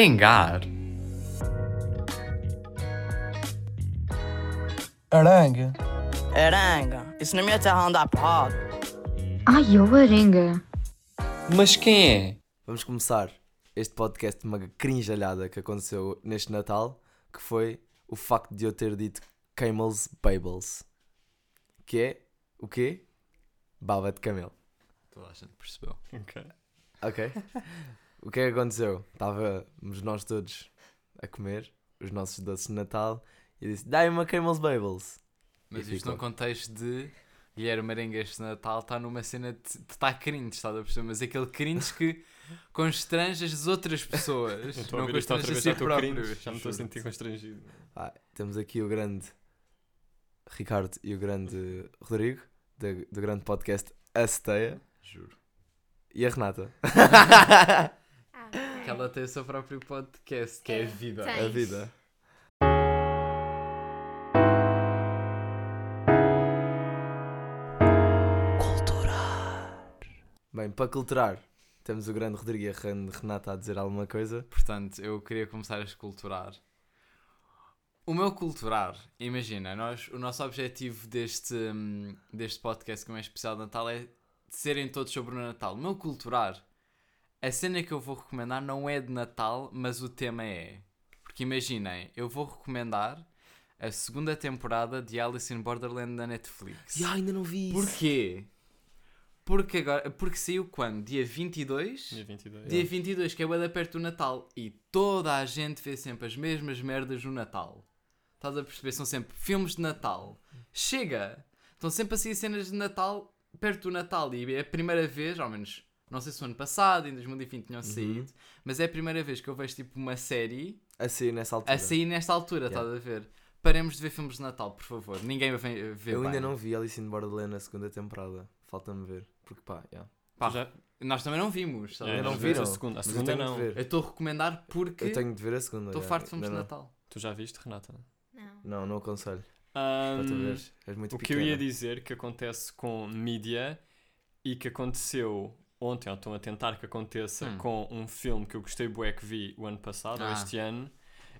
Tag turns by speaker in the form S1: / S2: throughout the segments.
S1: Arengar?
S2: Aranga.
S3: Aranga, isso na minha terra anda a porrada.
S4: Ai, eu arenga.
S1: Mas quem é?
S5: Vamos começar este podcast de uma crinjalhada que aconteceu neste Natal, que foi o facto de eu ter dito Camels Babels. Que é o quê? Baba de camelo.
S6: Toda a gente percebeu.
S5: Ok. O que é que aconteceu? Estávamos nós todos a comer os nossos doces de Natal e eu disse: Dai-me uma Camels Babels.
S6: Mas
S5: E
S6: isto
S5: ficou.
S6: num contexto de Guilherme Marenga este Natal está numa cena de está cringe, estás a perceber? Mas é aquele cringe que constrange as outras pessoas.
S7: Não estou Então, a
S6: não
S7: ver isto outra
S6: constrange a si
S7: vez, já estou cringe,
S6: próprios.
S7: já me estou a sentir constrangido.
S5: Ah, temos aqui o grande Ricardo e o grande Rodrigo, da- do grande podcast Aceteia,
S6: Juro.
S5: e a Renata.
S4: Ah,
S6: Que ela tem o seu próprio podcast, que é a vida.
S5: A vida. Bem, para culturar, temos o grande Rodrigo e a Ren- Renata a dizer alguma coisa.
S6: Portanto, eu queria começar a esculturar. O meu culturar, imagina, nós, o nosso objetivo deste, hum, deste podcast, como é especial de Natal, é serem todos sobre o Natal. O meu culturar, a cena que eu vou recomendar não é de Natal, mas o tema é. Porque imaginem, eu vou recomendar a segunda temporada de Alice in Borderland da Netflix.
S5: ainda não vi
S6: Porquê? Porque, agora, porque saiu quando? Dia 22?
S7: Dia 22.
S6: Dia 22, que é bué da perto do Natal. E toda a gente vê sempre as mesmas merdas no Natal. Estás a perceber? São sempre filmes de Natal. Chega! Estão sempre assim cenas de Natal perto do Natal. E é a primeira vez, ao menos, não sei se o ano passado, em 2020
S5: Uhum.
S6: tinham saído, mas é a primeira vez que eu vejo tipo uma série
S5: Assim, nessa altura.
S6: a sair nesta altura,
S5: Yeah.
S6: estás a ver? Paremos de ver filmes de Natal, por favor. Ninguém vai ver.
S5: Eu ainda
S6: bem.
S5: não vi Alice in Borderland na segunda temporada. Falta-me ver. Porque pá, yeah.
S6: Pá,
S7: Já-
S6: Nós também não vimos. estás a
S7: É,
S5: ainda
S6: ver?
S5: não
S7: vimos
S5: viram.
S7: A segunda, a
S5: Mas eu
S7: segunda
S5: tenho de
S7: não.
S5: ver.
S6: Eu estou a recomendar porque
S5: Eu
S6: estou
S5: tenho de ver a segunda. yeah.
S6: farto de filmes de
S5: Ainda não.
S6: Natal.
S7: Tu já viste, Renata?
S4: Não.
S5: Não, não aconselho. Para tu
S7: Ahm,
S5: veres. És muito
S7: Hum, o que eu ia
S5: pequena.
S7: dizer que acontece com mídia e que aconteceu ontem, ou estão a tentar que aconteça
S6: Hum.
S7: com um filme que eu gostei bué que vi o ano passado, ou
S6: Ah.
S7: este ano,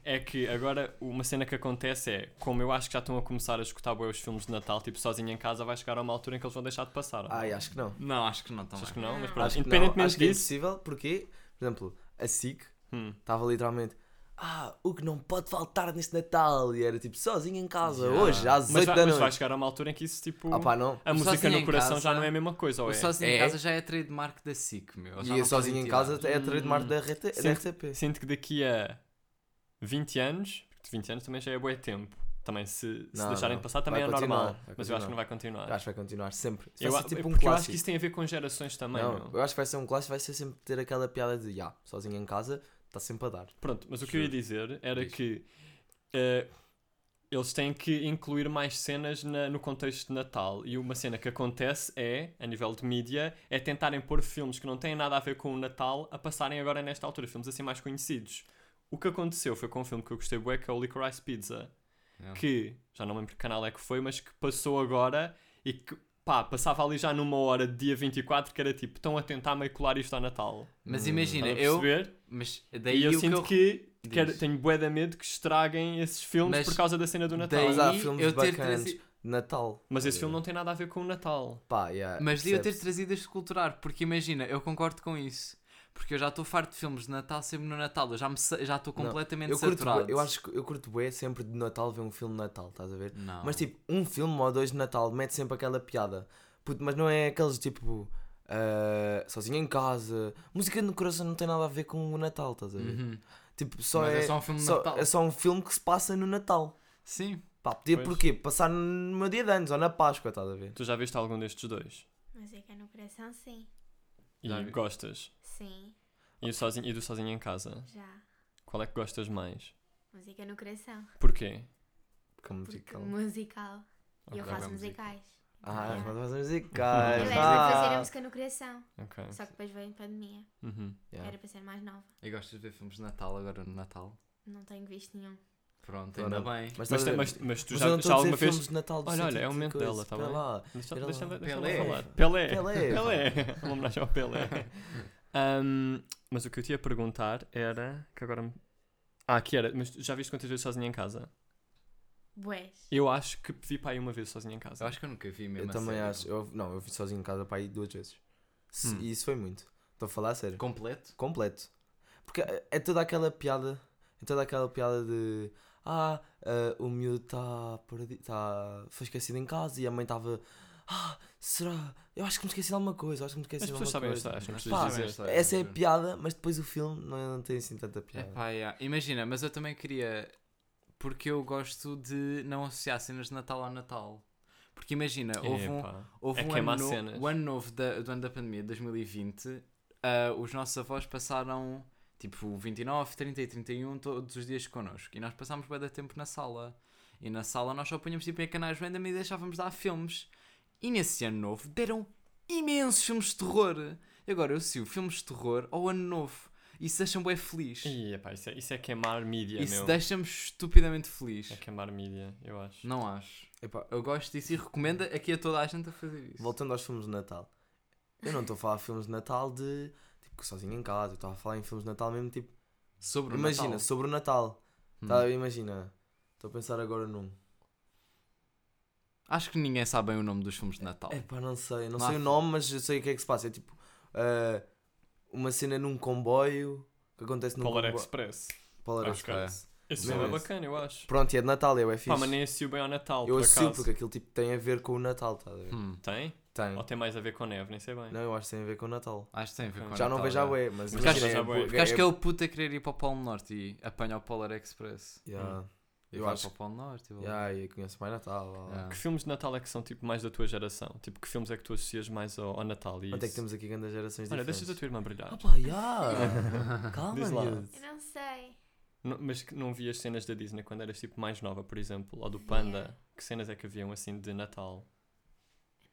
S7: é que agora uma cena que acontece é, como eu acho que já estão a começar a escutar bué os filmes de Natal, tipo sozinho em casa, vai chegar a uma altura em que eles vão deixar de passar. ou não?
S5: Ai, acho que não.
S6: Não, acho que não também.
S7: Achas que não? Mas
S4: Não.
S7: pronto,
S5: Ah, é. Acho que
S7: independentemente
S5: não. Acho que é
S7: disso...
S5: impossível porque, por exemplo, a SIC
S7: Hum.
S5: estava literalmente. Ah, o que não pode faltar neste Natal? E era tipo sozinho em casa,
S6: Yeah.
S5: hoje, às
S7: Mas, vai,
S5: 18 da
S7: mas vai
S5: noite.
S7: chegar a uma altura em que isso, tipo...
S5: Ah, pá, não.
S7: a
S6: O
S7: música
S6: sozinho
S7: no
S6: em
S7: coração
S6: casa-
S7: já não é a mesma coisa, ou
S6: O
S7: é?
S6: sozinho em
S5: É.
S6: casa já é trademark da SIC, meu. Eles já
S5: E
S6: não
S5: a sozinho
S6: podem
S5: em
S6: tirar.
S5: casa é a trademark da, RT,
S7: Sim.
S5: da RTP.
S7: Sinto que daqui a 20 anos, porque 20 anos também já é bué tempo. Também se, se
S5: Não,
S7: deixarem
S5: não.
S7: passar também
S5: Vai
S7: é
S5: continuar,
S7: normal.
S5: vai
S7: Mas eu acho que não
S5: continuar.
S7: vai continuar.
S5: Acho que vai continuar sempre. Isso
S7: eu,
S5: vai
S7: a-
S5: ser tipo um
S7: porque eu acho que
S5: clássico.
S7: isso tem a ver com gerações também.
S5: não,
S7: meu.
S5: eu acho que vai ser um clássico, vai ser sempre ter aquela piada de, já, sozinho em casa, está sempre a dar.
S7: Pronto, mas o que eu ia
S6: Juro.
S7: dizer era
S6: Diz.
S7: que eh, eles têm que incluir mais cenas na- no contexto de Natal. E uma cena que acontece é, a nível de mídia, é tentarem pôr filmes que não têm nada a ver com o Natal a passarem agora nesta altura, filmes assim mais conhecidos. O que aconteceu foi com um filme que eu gostei bué, que é o Licorice Pizza,
S6: Yeah.
S7: que já não lembro que canal é que foi, mas que passou agora e que pá, passava ali já numa hora de dia 24 que era tipo, estão a tentar meio colar isto ao Natal.
S6: Mas
S7: Estás
S5: Hum,
S6: imagina,
S7: a
S6: eu.
S7: perceber?
S6: Mas daí
S7: e eu
S6: o
S7: sinto
S6: que eu.
S7: que, quero-
S6: Diz.
S7: tenho bué da medo que estraguem esses filmes
S6: Mas
S7: por causa da cena do Natal.
S5: Mas há
S6: Daí
S5: filmes
S6: eu ter
S5: bacanas.
S6: trazido-
S5: Natal.
S7: Mas esse filme não tem nada a ver com o Natal.
S5: Pá, yeah,
S6: Mas daí eu ter
S5: percebe-se.
S6: trazido a esculturar, porque imagina, eu concordo com isso. Porque eu já estou farto de filmes de Natal sempre no Natal. Eu já me sa- já estou
S5: Não,
S6: completamente
S5: eu curto,
S6: saturado.
S5: bué- eu acho que eu curto bué sempre de Natal ver um filme de Natal, estás a ver?
S7: Ah.
S6: Não.
S5: Mas tipo, um filme ou dois de Natal mete sempre aquela piada. Puto, mas não é aqueles tipo. ah, sozinho em casa. Música no coração não tem nada a ver com o Natal, estás a ver?
S6: Uhum.
S5: Tipo, só
S6: Mas
S5: é,
S6: é só um filme de Natal.
S5: É só um filme que se passa no Natal.
S6: Sim.
S5: Pá, podia
S7: Pois.
S5: porquê? Passar no meu dia de anos ou na Páscoa, estás a ver?
S7: Tu já viste algum destes dois?
S4: Música no coração, sim.
S7: E
S6: Já vi.
S7: gostas?
S4: Sim,
S7: E, o sozinho, e do Sozinho em Casa?
S4: já.
S7: Qual é que gostas mais?
S4: Música no coração.
S7: Porquê?
S5: Porque
S4: Porque
S5: é musical.
S4: musical. E eu
S7: Ok,
S4: faço
S6: vai música.
S4: musicais.
S7: É.
S5: Ah,
S4: Yeah.
S5: mas faz musicais.
S4: Eu era
S5: ah.
S4: para fazer a música no coração.
S7: Ok.
S4: Só que depois veio a pandemia.
S7: Uhum.
S5: Yeah.
S4: Era para ser mais nova.
S6: E gostas de ver filmes de Natal agora no Natal?
S4: Não tenho visto nenhum.
S6: Pronto,
S5: Então
S6: ainda
S5: não.
S6: bem.
S5: Mas,
S7: Mas,
S5: estás a
S7: tem-
S5: ver?
S7: mas, mas tu
S5: Mas eu
S7: já, já
S5: não estou a dizer
S7: alguma vez.
S5: filmes de Natal do
S7: Olha, olha,
S5: sentido
S7: é o
S5: de
S7: momento
S5: coisa,
S7: dela, tá
S5: espera
S7: bem?
S5: lá.
S7: Deixa-
S5: Pera
S7: Deixa-me
S5: lá.
S7: deixa-me
S6: Pelé.
S7: falar. Pelé!
S5: Pelé.
S7: Pelé! Uma homenagem ao Pelé. Ahm, mas o que eu te ia perguntar era. Que agora. me- Ah, aqui era. Mas tu já viste quantas vezes sozinha em casa?
S4: Bués.
S7: Eu acho que vi para aí uma vez sozinha em
S6: Eu
S7: casa.
S6: acho que eu nunca vi
S5: Eu
S6: mesmo a
S5: também
S6: série.
S5: acho. Eu, não, eu fui sozinho em casa para aí duas vezes. Se-
S6: Hum.
S5: E isso foi muito. Estou a falar a sério.
S6: Completo?
S5: Completo. Porque é é toda aquela piada. É toda aquela piada de. Ah, ah, o miúdo está perdido. Tá, foi esquecido em casa e a mãe estava. Ah, será? Eu acho que me esqueci de alguma coisa. eu Acho que me esqueci
S7: As
S5: de
S7: pessoas
S5: alguma
S7: sabem
S5: coisa.
S7: esta, acho que não
S5: Pá,
S7: precisas dizer.
S5: Essa é a piada, mas depois o filme não, não tem assim tanta
S6: É
S5: piada.
S6: pá, yeah. imagina, mas eu também queria. Porque eu gosto de não associar cenas de Natal ao Natal. Porque imagina, houve um,
S7: Epá.
S6: houve
S7: É
S6: um
S7: queimar
S6: ano, no-
S7: cenas.
S6: o ano novo da- do ano da pandemia, 2020. ah, os nossos avós passaram tipo 29, 30 e 31 todos os dias connosco. E nós passámos bem de tempo na sala. E na sala nós só punhamos tipo em canais random e deixávamos dar filmes. E nesse ano novo deram imensos filmes de terror. E agora eu associo filmes de terror ao ano novo. E se acham bem feliz.
S7: Ih, epá, isso, é, isso é queimar mídia,
S6: Isso
S7: meu.
S6: deixa-me estupidamente feliz.
S7: É queimar mídia, eu acho.
S6: Não acho.
S5: Epá,
S6: Eu gosto disso e recomendo aqui a toda a gente a fazer isso.
S5: Voltando aos filmes de Natal. Eu não estou a falar de filmes de Natal de. Tipo, sozinho em casa. Eu estou a falar em filmes de Natal mesmo, tipo.
S6: Sobre o
S5: imagina,
S6: Natal.
S5: sobre o Natal.
S6: Hum.
S5: Tá, imagina. Estou a pensar agora num.
S6: Acho que ninguém sabe bem o nome dos filmes de Natal.
S5: É pá, não sei. Não
S6: Não há
S5: sei o
S6: filme.
S5: nome, mas eu sei o que é que se passa. É tipo. ah, uma cena num comboio. Que acontece num
S7: Polar
S5: comboio.
S7: Express.
S5: Polar
S6: Acho que é.
S5: Express.
S7: Esse
S5: Não,
S7: filme é
S5: esse-
S7: bacana, eu acho.
S5: Pronto, e é de Natal, eu é fixe.
S7: Pá, mas nem associo bem ao Natal,
S5: eu
S7: por
S5: associo
S7: acaso.
S5: porque aquilo tipo tem a ver com o Natal, tá a ver?
S6: Hum,
S7: Tem?
S5: Tem.
S7: Ou tem mais a ver com neve, nem sei bem.
S5: Não, eu acho que tem a ver com o Natal.
S6: acho que tem a ver com o
S5: já
S6: Natal,
S5: não vejo a bué,
S7: Mas
S5: mas. imagina,
S6: acho que
S5: é
S7: já
S5: bu-
S7: bué.
S6: Porque acho que é o puto a querer ir para o Polo Norte e apanha o Polar Express.
S5: Yeah.
S6: E
S5: Eu
S6: vai
S5: acho
S6: para o Polo Norte. e Ah, vai lá.
S5: Yeah, e conheço mais Natal. lá, lá.
S6: Yeah.
S7: Que filmes de Natal é que são tipo mais da tua geração? Tipo, que filmes é que tu associas mais ao, ao Natal? E
S5: Quanto é que
S7: isso?
S5: temos aqui grandes gerações
S7: Olha,
S5: diferentes?
S7: deixas a tua irmã brilhar.
S5: Opa, yeah. Calma,
S7: Diz lá.
S5: miúdo.
S4: Eu não sei.
S7: Não- mas que não vias cenas da Disney quando eras tipo mais nova, por exemplo, ou do Panda?
S4: Yeah.
S7: Que cenas é que haviam assim de Natal?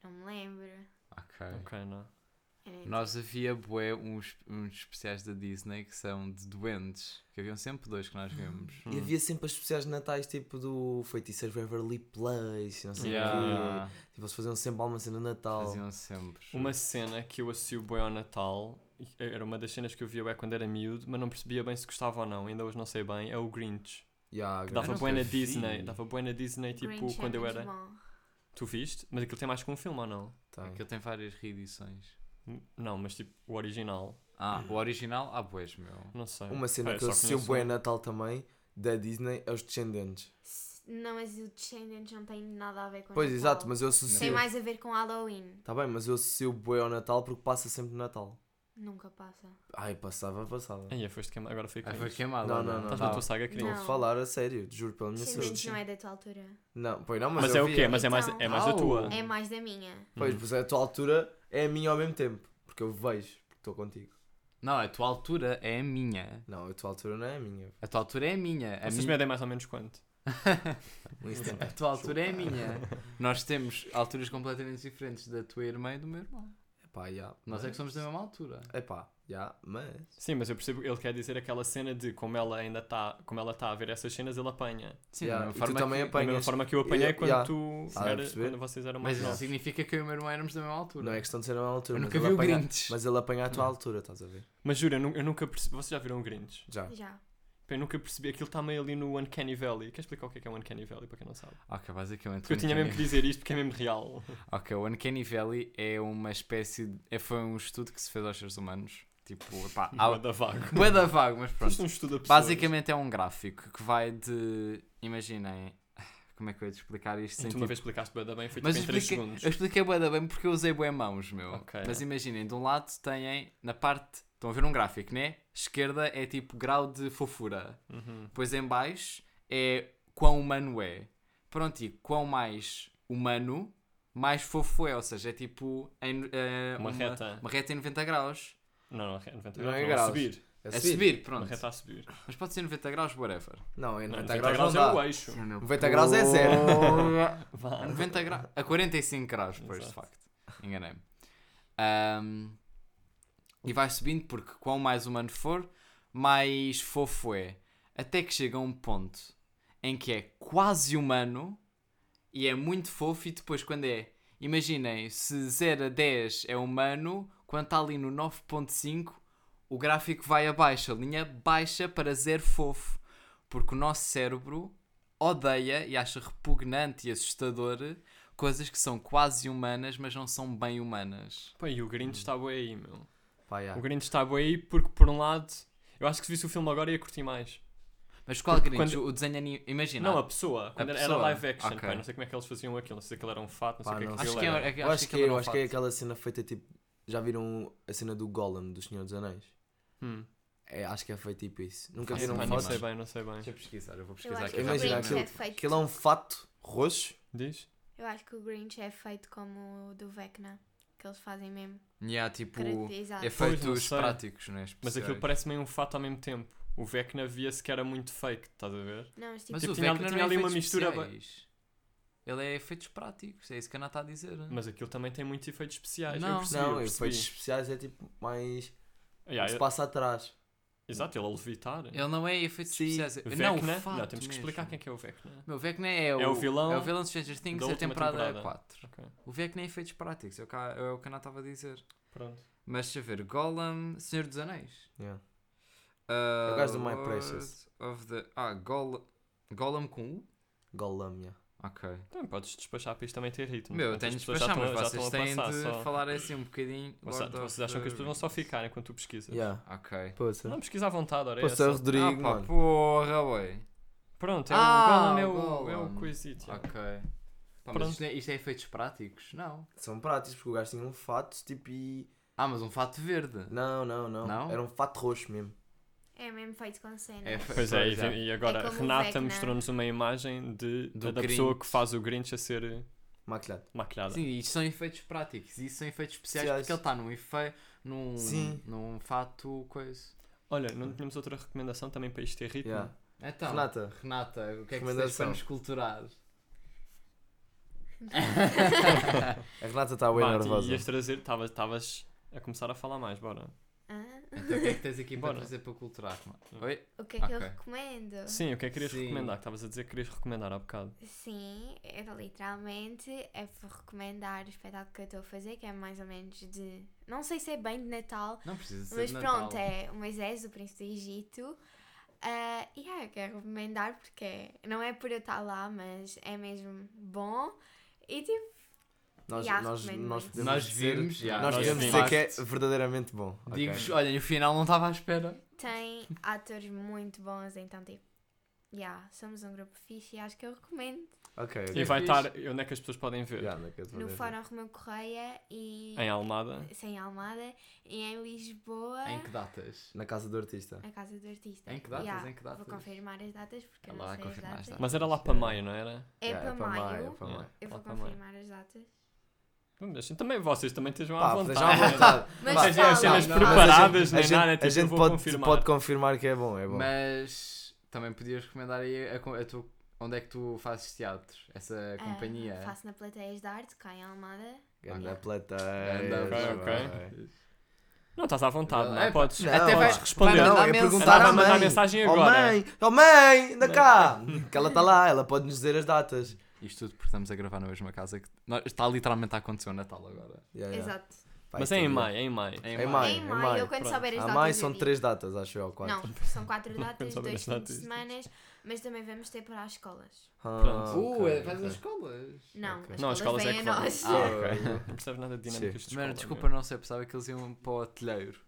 S4: Eu não me lembro. tipo
S6: Ok.
S7: Ok, não.
S4: Eu nem-
S6: Nós havia bué uns, uns especiais da Disney que são de duendes. Que haviam sempre dois que nós vimos.
S7: Hum.
S5: E havia sempre as especiais de natais, tipo do Feiticeiro Beverly Place, não sei o quê.
S6: Yeah.
S5: Tipo, eles faziam sempre alguma cena de Natal.
S6: Faziam sempre.
S7: Uma cena que eu associo bem ao Natal, e era uma das cenas que eu via bem quando era miúdo, mas não percebia bem se gostava ou não, ainda hoje não sei bem, é o Grinch.
S5: Yeah,
S7: Que
S5: grande.
S7: dava
S6: nunca
S7: bué na
S6: vi.
S7: Disney, dava bué na Disney, tipo,
S4: Grinch é
S7: quando eu
S4: muito
S7: era...
S4: bom.
S7: Tu viste? Mas aquilo tem mais que um filme ou não?
S5: Tá.
S6: Aquilo tem várias reedições.
S7: N- Não, mas tipo, o original,
S6: Ah, o original? Ah, boés, meu.
S7: não sei.
S5: Uma cena
S7: Pá, eu
S5: que eu
S7: só
S5: associo
S7: conheço
S5: bué
S7: um.
S5: Natal também, da Disney, é os Descendentes.
S4: S- Não, mas o Descendentes não tem nada a ver com
S5: Pois,
S4: Natal.
S5: exato, mas eu
S4: Tem
S5: associo...
S4: mais a ver com Halloween.
S5: Tá bem, mas eu associo bué ao Natal porque passa sempre Natal.
S4: Nunca passa.
S5: Ai, passava, passava.
S7: Ai, foste queimado, agora foi
S6: Ah, foi
S7: cringe.
S6: queimado.
S5: Não,
S6: olha.
S5: não, não.
S7: Estás
S5: Tá.
S7: na tua saga cringe.
S5: Estou a
S4: Não.
S5: falar a sério, juro pela minha
S4: Descendentes
S5: saúde.
S4: não é da tua altura.
S5: Não, pois não, mas,
S7: Mas, é
S5: eu
S7: o
S5: via.
S7: quê? Mas é mais,
S4: Então.
S7: é mais da
S6: Au.
S7: tua.
S4: É mais da minha.
S5: Pois,
S7: Hum.
S5: pois a tua altura é a minha ao mesmo tempo, porque eu vejo, porque estou contigo.
S6: Não, a tua altura é a minha.
S5: Não, a tua altura não é a minha.
S6: A tua altura é a minha. A
S7: Vocês
S6: minha-
S7: medem mais ou menos quanto?
S5: Um instante.
S6: A tua altura é a minha. Nós temos alturas completamente diferentes da tua irmã e do meu irmão.
S5: Epá, já.
S6: Nós é que somos da mesma altura.
S5: Epá, já, mas.
S7: Sim, mas eu percebo, ele quer dizer aquela cena de como ela ainda está, como ela está a ver essas cenas, ele apanha.
S6: Sim,
S5: Yeah,
S6: da mesma
S5: e tu
S6: forma
S5: também
S6: que...
S5: apanhas.
S7: Da mesma forma que eu apanhei
S5: Eu-
S7: quando
S5: yeah.
S7: tu
S5: Estás a
S7: era-
S5: perceber? assim-
S7: quando vocês eram
S6: Mas
S7: mais
S6: isso
S7: novos.
S6: significa que eu e o meu irmão éramos da mesma altura.
S5: Não é questão de ser a mesma altura,
S6: Eu
S5: mas
S6: nunca
S5: ele,
S6: vi o Hum.
S5: apanha,
S6: Grinch.
S5: mas ele apanha a tua altura, estás a ver?
S7: Mas juro, eu, nu- eu nunca percebi. Vocês já viram o Grinch?
S6: Ah,
S5: Já.
S4: Já.
S7: Pá, Eu nunca percebi. Aquilo está meio ali no Uncanny Valley. Quer explicar o que é que é o Uncanny Valley para quem não sabe?
S6: Ok, basicamente.
S7: Porque eu tinha
S6: Uncanny-
S7: mesmo que dizer isto porque é mesmo real.
S6: Ok, o Uncanny Valley é uma espécie. De... é- Foi um estudo que se fez aos seres humanos. Tipo, pá,
S7: Ah,
S6: há...
S7: da vago.
S6: bué da vago, mas pronto.
S7: Isto é um estudo a pessoas.
S6: Basicamente é um gráfico que vai de. Imaginem. Como é que eu ia te explicar isto sem
S7: Tu
S6: tipo,
S7: uma vez explicaste bem, bem foi
S6: Mas
S7: tipo em 3
S6: expliquei,
S7: segundos.
S6: eu expliquei bué da bem porque eu usei bué mãos, meu.
S7: Ok.
S6: Mas imaginem, de um lado têm, na parte, estão a ver um gráfico, né? Esquerda é tipo grau de fofura.
S7: Uhum.
S6: Depois em baixo é quão humano é. Pronto, e quão mais humano, mais fofo é. Ou seja, é tipo... em, eh,
S7: Uma reta.
S6: Uma reta em 90 graus.
S7: Não, não, 90
S5: Não é
S7: graus. Não, a
S5: graus.
S7: subir.
S5: É
S6: A
S5: subir.
S6: subir,
S7: Uma
S6: pronto.
S7: reta a subir.
S6: Mas pode ser 90 graus, whatever.
S5: Não, é
S7: Não, 90
S5: 90 graus
S7: graus é
S5: não
S7: o
S5: dá.
S7: eixo.
S5: 90 graus é zero.
S6: zero.
S7: Vá.
S6: A 90 graus. A 45 graus, pois, de
S7: Exato.
S6: facto. Enganei-me. Ahm, e vai subindo porque quanto mais humano for, mais fofo é. Até que chega a um ponto em que é quase humano e é muito fofo e depois quando é... Imaginem, se 0 a 10 é humano, quando está ali no 9.5, o gráfico vai abaixo, a linha baixa para zero fofo, porque o nosso cérebro odeia e acha repugnante e assustador coisas que são quase humanas, mas não são bem humanas.
S7: Pá, e o Grinch está bem aí, meu.
S5: Hum.
S6: Pá, yeah.
S7: O Grinch está bem aí porque, por um lado, eu acho que se visse o filme agora ia curtir mais.
S6: Mas qual
S7: Porque
S6: Grinch?
S7: quando-
S6: O desenho anime. Imagina.
S7: Não, a pessoa. Quando era, era
S6: pessoa.
S7: live action,
S6: Ok.
S7: pá, não sei como é que eles faziam aquilo. Não sei se aquilo era um fato, não sei
S5: Pá,
S7: o que é
S5: não
S7: que
S5: sei.
S6: acho
S7: aquilo
S6: que é,
S7: era.
S6: é-
S5: Eu acho que,
S6: aquilo era
S5: eu
S6: um
S5: acho que é
S6: fato.
S5: aquela cena feita tipo. Já viram a cena do Golem do Senhor dos Anéis?
S7: Hum.
S5: É, acho que é feito tipo isso. Nunca
S7: Ah,
S5: viram
S7: pá, não
S5: fotos?
S7: sei bem, não sei bem.
S6: Deixa eu
S5: Tipo,
S6: pesquisar, eu vou
S4: Eu
S6: pesquisar
S4: acho
S6: aqui.
S4: que o
S5: Imagina
S4: Grinch
S5: aquilo-
S4: é feito.
S5: Aquilo é um fato roxo.
S7: Diz?
S4: Eu acho que o Grinch é feito como o do Vecna. Que eles fazem mesmo.
S6: Yeah, tipo,
S4: Caracterizado.
S7: não
S6: efeitos
S7: sei.
S6: práticos, né?
S7: Mas aquilo parece meio um fato ao mesmo tempo. O Vecna via-se que era muito fake, estás a ver?
S4: Não, mas tipo.
S6: Mas
S7: Tipo,
S6: o
S7: tinha-
S6: Vecna
S7: tinha
S6: não é
S7: ali uma
S6: efeitos
S7: mistura ba-
S6: especiais. Ele é efeitos práticos, é isso que a Ana está a dizer.
S7: Mas aquilo também tem muitos efeitos especiais.
S6: Não.
S7: eu percebi, eu
S5: Não,
S7: percebi.
S5: efeitos especiais é tipo mais.
S7: Yeah,
S5: se
S7: eu-
S5: passa atrás.
S7: Exato, ele a levitar.
S6: Ele não é efeitos
S5: Sim.
S6: especiais.
S7: Vecna.
S6: Não, o
S7: Não,
S6: fato
S7: temos que
S6: mesmo.
S7: explicar quem é que é o Vecna.
S6: Meu, o Vecna é o,
S7: o vilão
S6: É o vilão de Stranger Things
S7: da
S6: da,
S7: última
S6: temporada,
S7: temporada.
S6: 4.
S7: Ok.
S6: O Vecna é efeitos práticos, é o que a, é o que a Ana estava a dizer.
S7: Pronto.
S6: Mas deixa eu ver, Golem, Senhor dos Anéis.
S5: Yeah.
S6: Uh,
S5: Eu gosto É do My
S6: Lord
S5: Precious.
S6: Of the... Ah, Golem. Golem com U?
S5: Golem, yeah.
S6: Ok.
S7: Também podes despachar para isto também ter ritmo.
S6: Meu, eu tenho
S7: Portanto,
S6: de
S7: as pessoas
S6: despachar, mas
S7: já estão- já
S6: vocês
S7: estão a
S6: têm
S7: passar
S6: de
S7: só.
S6: falar assim um bocadinho.
S7: Vocês,
S6: Lord
S7: vocês
S6: of
S7: acham
S6: the
S7: que as pessoas vão só
S6: Rings.
S7: ficar enquanto tu pesquisas?
S5: yeah.
S6: Ok.
S5: Poça.
S7: Não, pesquisa à vontade, ora é
S5: Poça
S7: essa.
S5: Rodrigo,
S6: ah, pá,
S5: mano.
S6: porra, boi.
S7: Pronto, é
S6: Ah,
S7: o Golem, é
S6: o
S7: o,
S6: Golem.
S7: é o coisito. yeah.
S6: Ok. Pá,
S7: Pronto.
S6: mas isto é, isto é efeitos práticos? Não.
S5: São práticos, porque o gajo tinha um fato tipo e.
S6: Ah, mas um fato verde.
S5: Não, não, não.
S6: Não?
S5: Era um fato roxo mesmo.
S4: É mesmo feito com cenas.
S6: É fe-
S7: Pois é,
S6: Pois é.
S7: e, e agora
S4: É como o
S7: Renata
S4: Vecna.
S7: mostrou-nos uma imagem de,
S6: Do
S7: da pessoa
S6: Grinch.
S7: que faz o Grinch a ser eh,
S5: Maquilhado.
S7: maquilhada.
S6: Sim, isto são efeitos práticos. Isto são efeitos especiais
S5: Especiais.
S6: porque ele está num efeito. Num,
S5: Sim.
S6: num fato coisa.
S7: Olha, não tínhamos outra recomendação também para isto ter ritmo?
S5: Yeah.
S6: Então, Renata,
S5: Renata,
S6: o que é que tu tens
S5: Recomendação.
S6: para nos culturar?
S5: a Renata está bem
S7: Vá, tu
S5: nervosa.
S7: Ias trazer, estavas a começar a falar mais, bora.
S4: Hã?
S6: Então, o que é que tens aqui para
S7: Bora.
S6: trazer para culturar? Mano? Oi?
S4: Ah? O que é que eu
S6: Ok.
S4: recomendo?
S7: Sim, o que é que querias
S6: Sim.
S7: recomendar? Que estavas a dizer que querias recomendar há bocado.
S4: Sim, eu, literalmente é para recomendar o espetáculo que eu estou a fazer, que é mais ou menos de. Não sei se é bem de Natal,
S6: Não precisa ser
S4: mas
S6: de
S4: pronto,
S6: Natal.
S4: é o Moisés, o Príncipe do Egito. Ah, e yeah, eu quero recomendar porque é- não é por eu estar lá, mas é mesmo bom. E tipo,
S5: Nós,
S4: Yeah,
S5: nós,
S4: recomendo
S5: nós
S4: muito.
S5: podemos
S6: Nós
S5: dizer,
S6: vimos, yeah,
S5: nós
S7: nós
S5: podemos
S7: vimos.
S5: dizer que é verdadeiramente bom. ok?
S6: Digo-vos, olhem, o final não estava à espera.
S4: tem atores muito bons, então tipo, yeah, somos um grupo fixe e acho que eu recomendo.
S5: Ok,
S7: e
S5: ok.
S7: vai
S6: fixe.
S7: estar, onde é que as pessoas podem ver?
S5: Yeah, não é que eu te vou
S4: No
S5: dizer.
S4: Fórum Romeu Correia e.
S7: Em Almada.
S4: Sem Almada e em Lisboa.
S6: Em que datas?
S5: Na casa do artista.
S4: A casa do artista.
S6: Em que datas?
S4: Yeah,
S6: Em que datas?
S4: Vou confirmar as datas porque
S6: É
S4: eu
S6: lá,
S4: não sei as
S6: confirma as
S4: datas.
S6: datas.
S7: Mas era lá para maio, não era?
S4: É
S5: Yeah,
S4: para maio.
S5: é para maio.
S4: Eu vou
S7: Lá para maio.
S4: confirmar as datas.
S7: Hum, deixem- Também vocês também estejam à
S5: Pá,
S7: vontade.
S5: deixa à vontade.
S4: Mas
S5: Pá,
S7: Vocês têm as cenas
S5: não, não, não.
S7: preparadas,
S5: Mas a
S7: nem
S5: gente-
S7: nada.
S5: a
S7: tipo, eu
S5: gente
S7: vou
S5: pode,
S7: confirmar.
S5: pode confirmar que é bom, é bom.
S6: Mas também podias recomendar aí a, co- a tu- onde é que tu fazes teatro? Essa
S4: Ah,
S7: é?
S6: companhia?
S4: faço na Plateias de Arte, cá em Almada.
S5: Ganda
S6: Ok.
S5: plateia.
S6: Anda,
S7: ok,
S6: vai,
S7: ok.
S6: vai.
S7: Não estás à vontade,
S6: Não,
S7: não
S6: é,
S7: podes.
S5: não,
S6: Até
S5: Não,
S6: vai
S5: acho
S7: responder.
S6: vai
S5: Não,
S6: mandar
S5: eu ia
S6: mensagem.
S7: Ela
S5: perguntar à
S7: vai mandar
S5: mãe.
S7: mensagem
S5: Oh
S7: agora.
S5: mãe, oh mãe, anda cá. Que ela está lá, ela pode nos dizer as datas.
S6: Isto tudo porque estamos a gravar na mesma casa que Nós- está literalmente a acontecer o Natal agora.
S5: Yeah, yeah.
S4: Exato.
S5: Vai,
S7: Mas é em
S5: tudo bem.
S7: maio, é em maio.
S5: Em maio,
S4: em
S5: em
S4: maio,
S5: maio,
S4: eu quando
S7: pronto.
S4: souber as
S5: A
S4: datas.
S5: maio
S4: eu
S5: são
S4: digo.
S5: três datas, acho eu, ou quatro.
S4: Não, são quatro datas,
S7: souber
S4: dois
S7: as
S4: fins de
S7: datas.
S4: semanas, mas também vamos ter para as escolas.
S5: Ah,
S7: Pronto.
S5: ok,
S6: Uh, é- faz
S5: ok.
S7: assim,
S6: as escolas.
S4: Não,
S5: Ok.
S4: as
S7: Não, as escolas é
S4: vêm
S7: que
S4: a
S7: vão.
S4: nós.
S6: Ah,
S7: Não percebes nada de né? dinâmicas de escola.
S6: Mano,
S7: meu.
S6: desculpa, não sei, pensava que eles iam para o telheiro.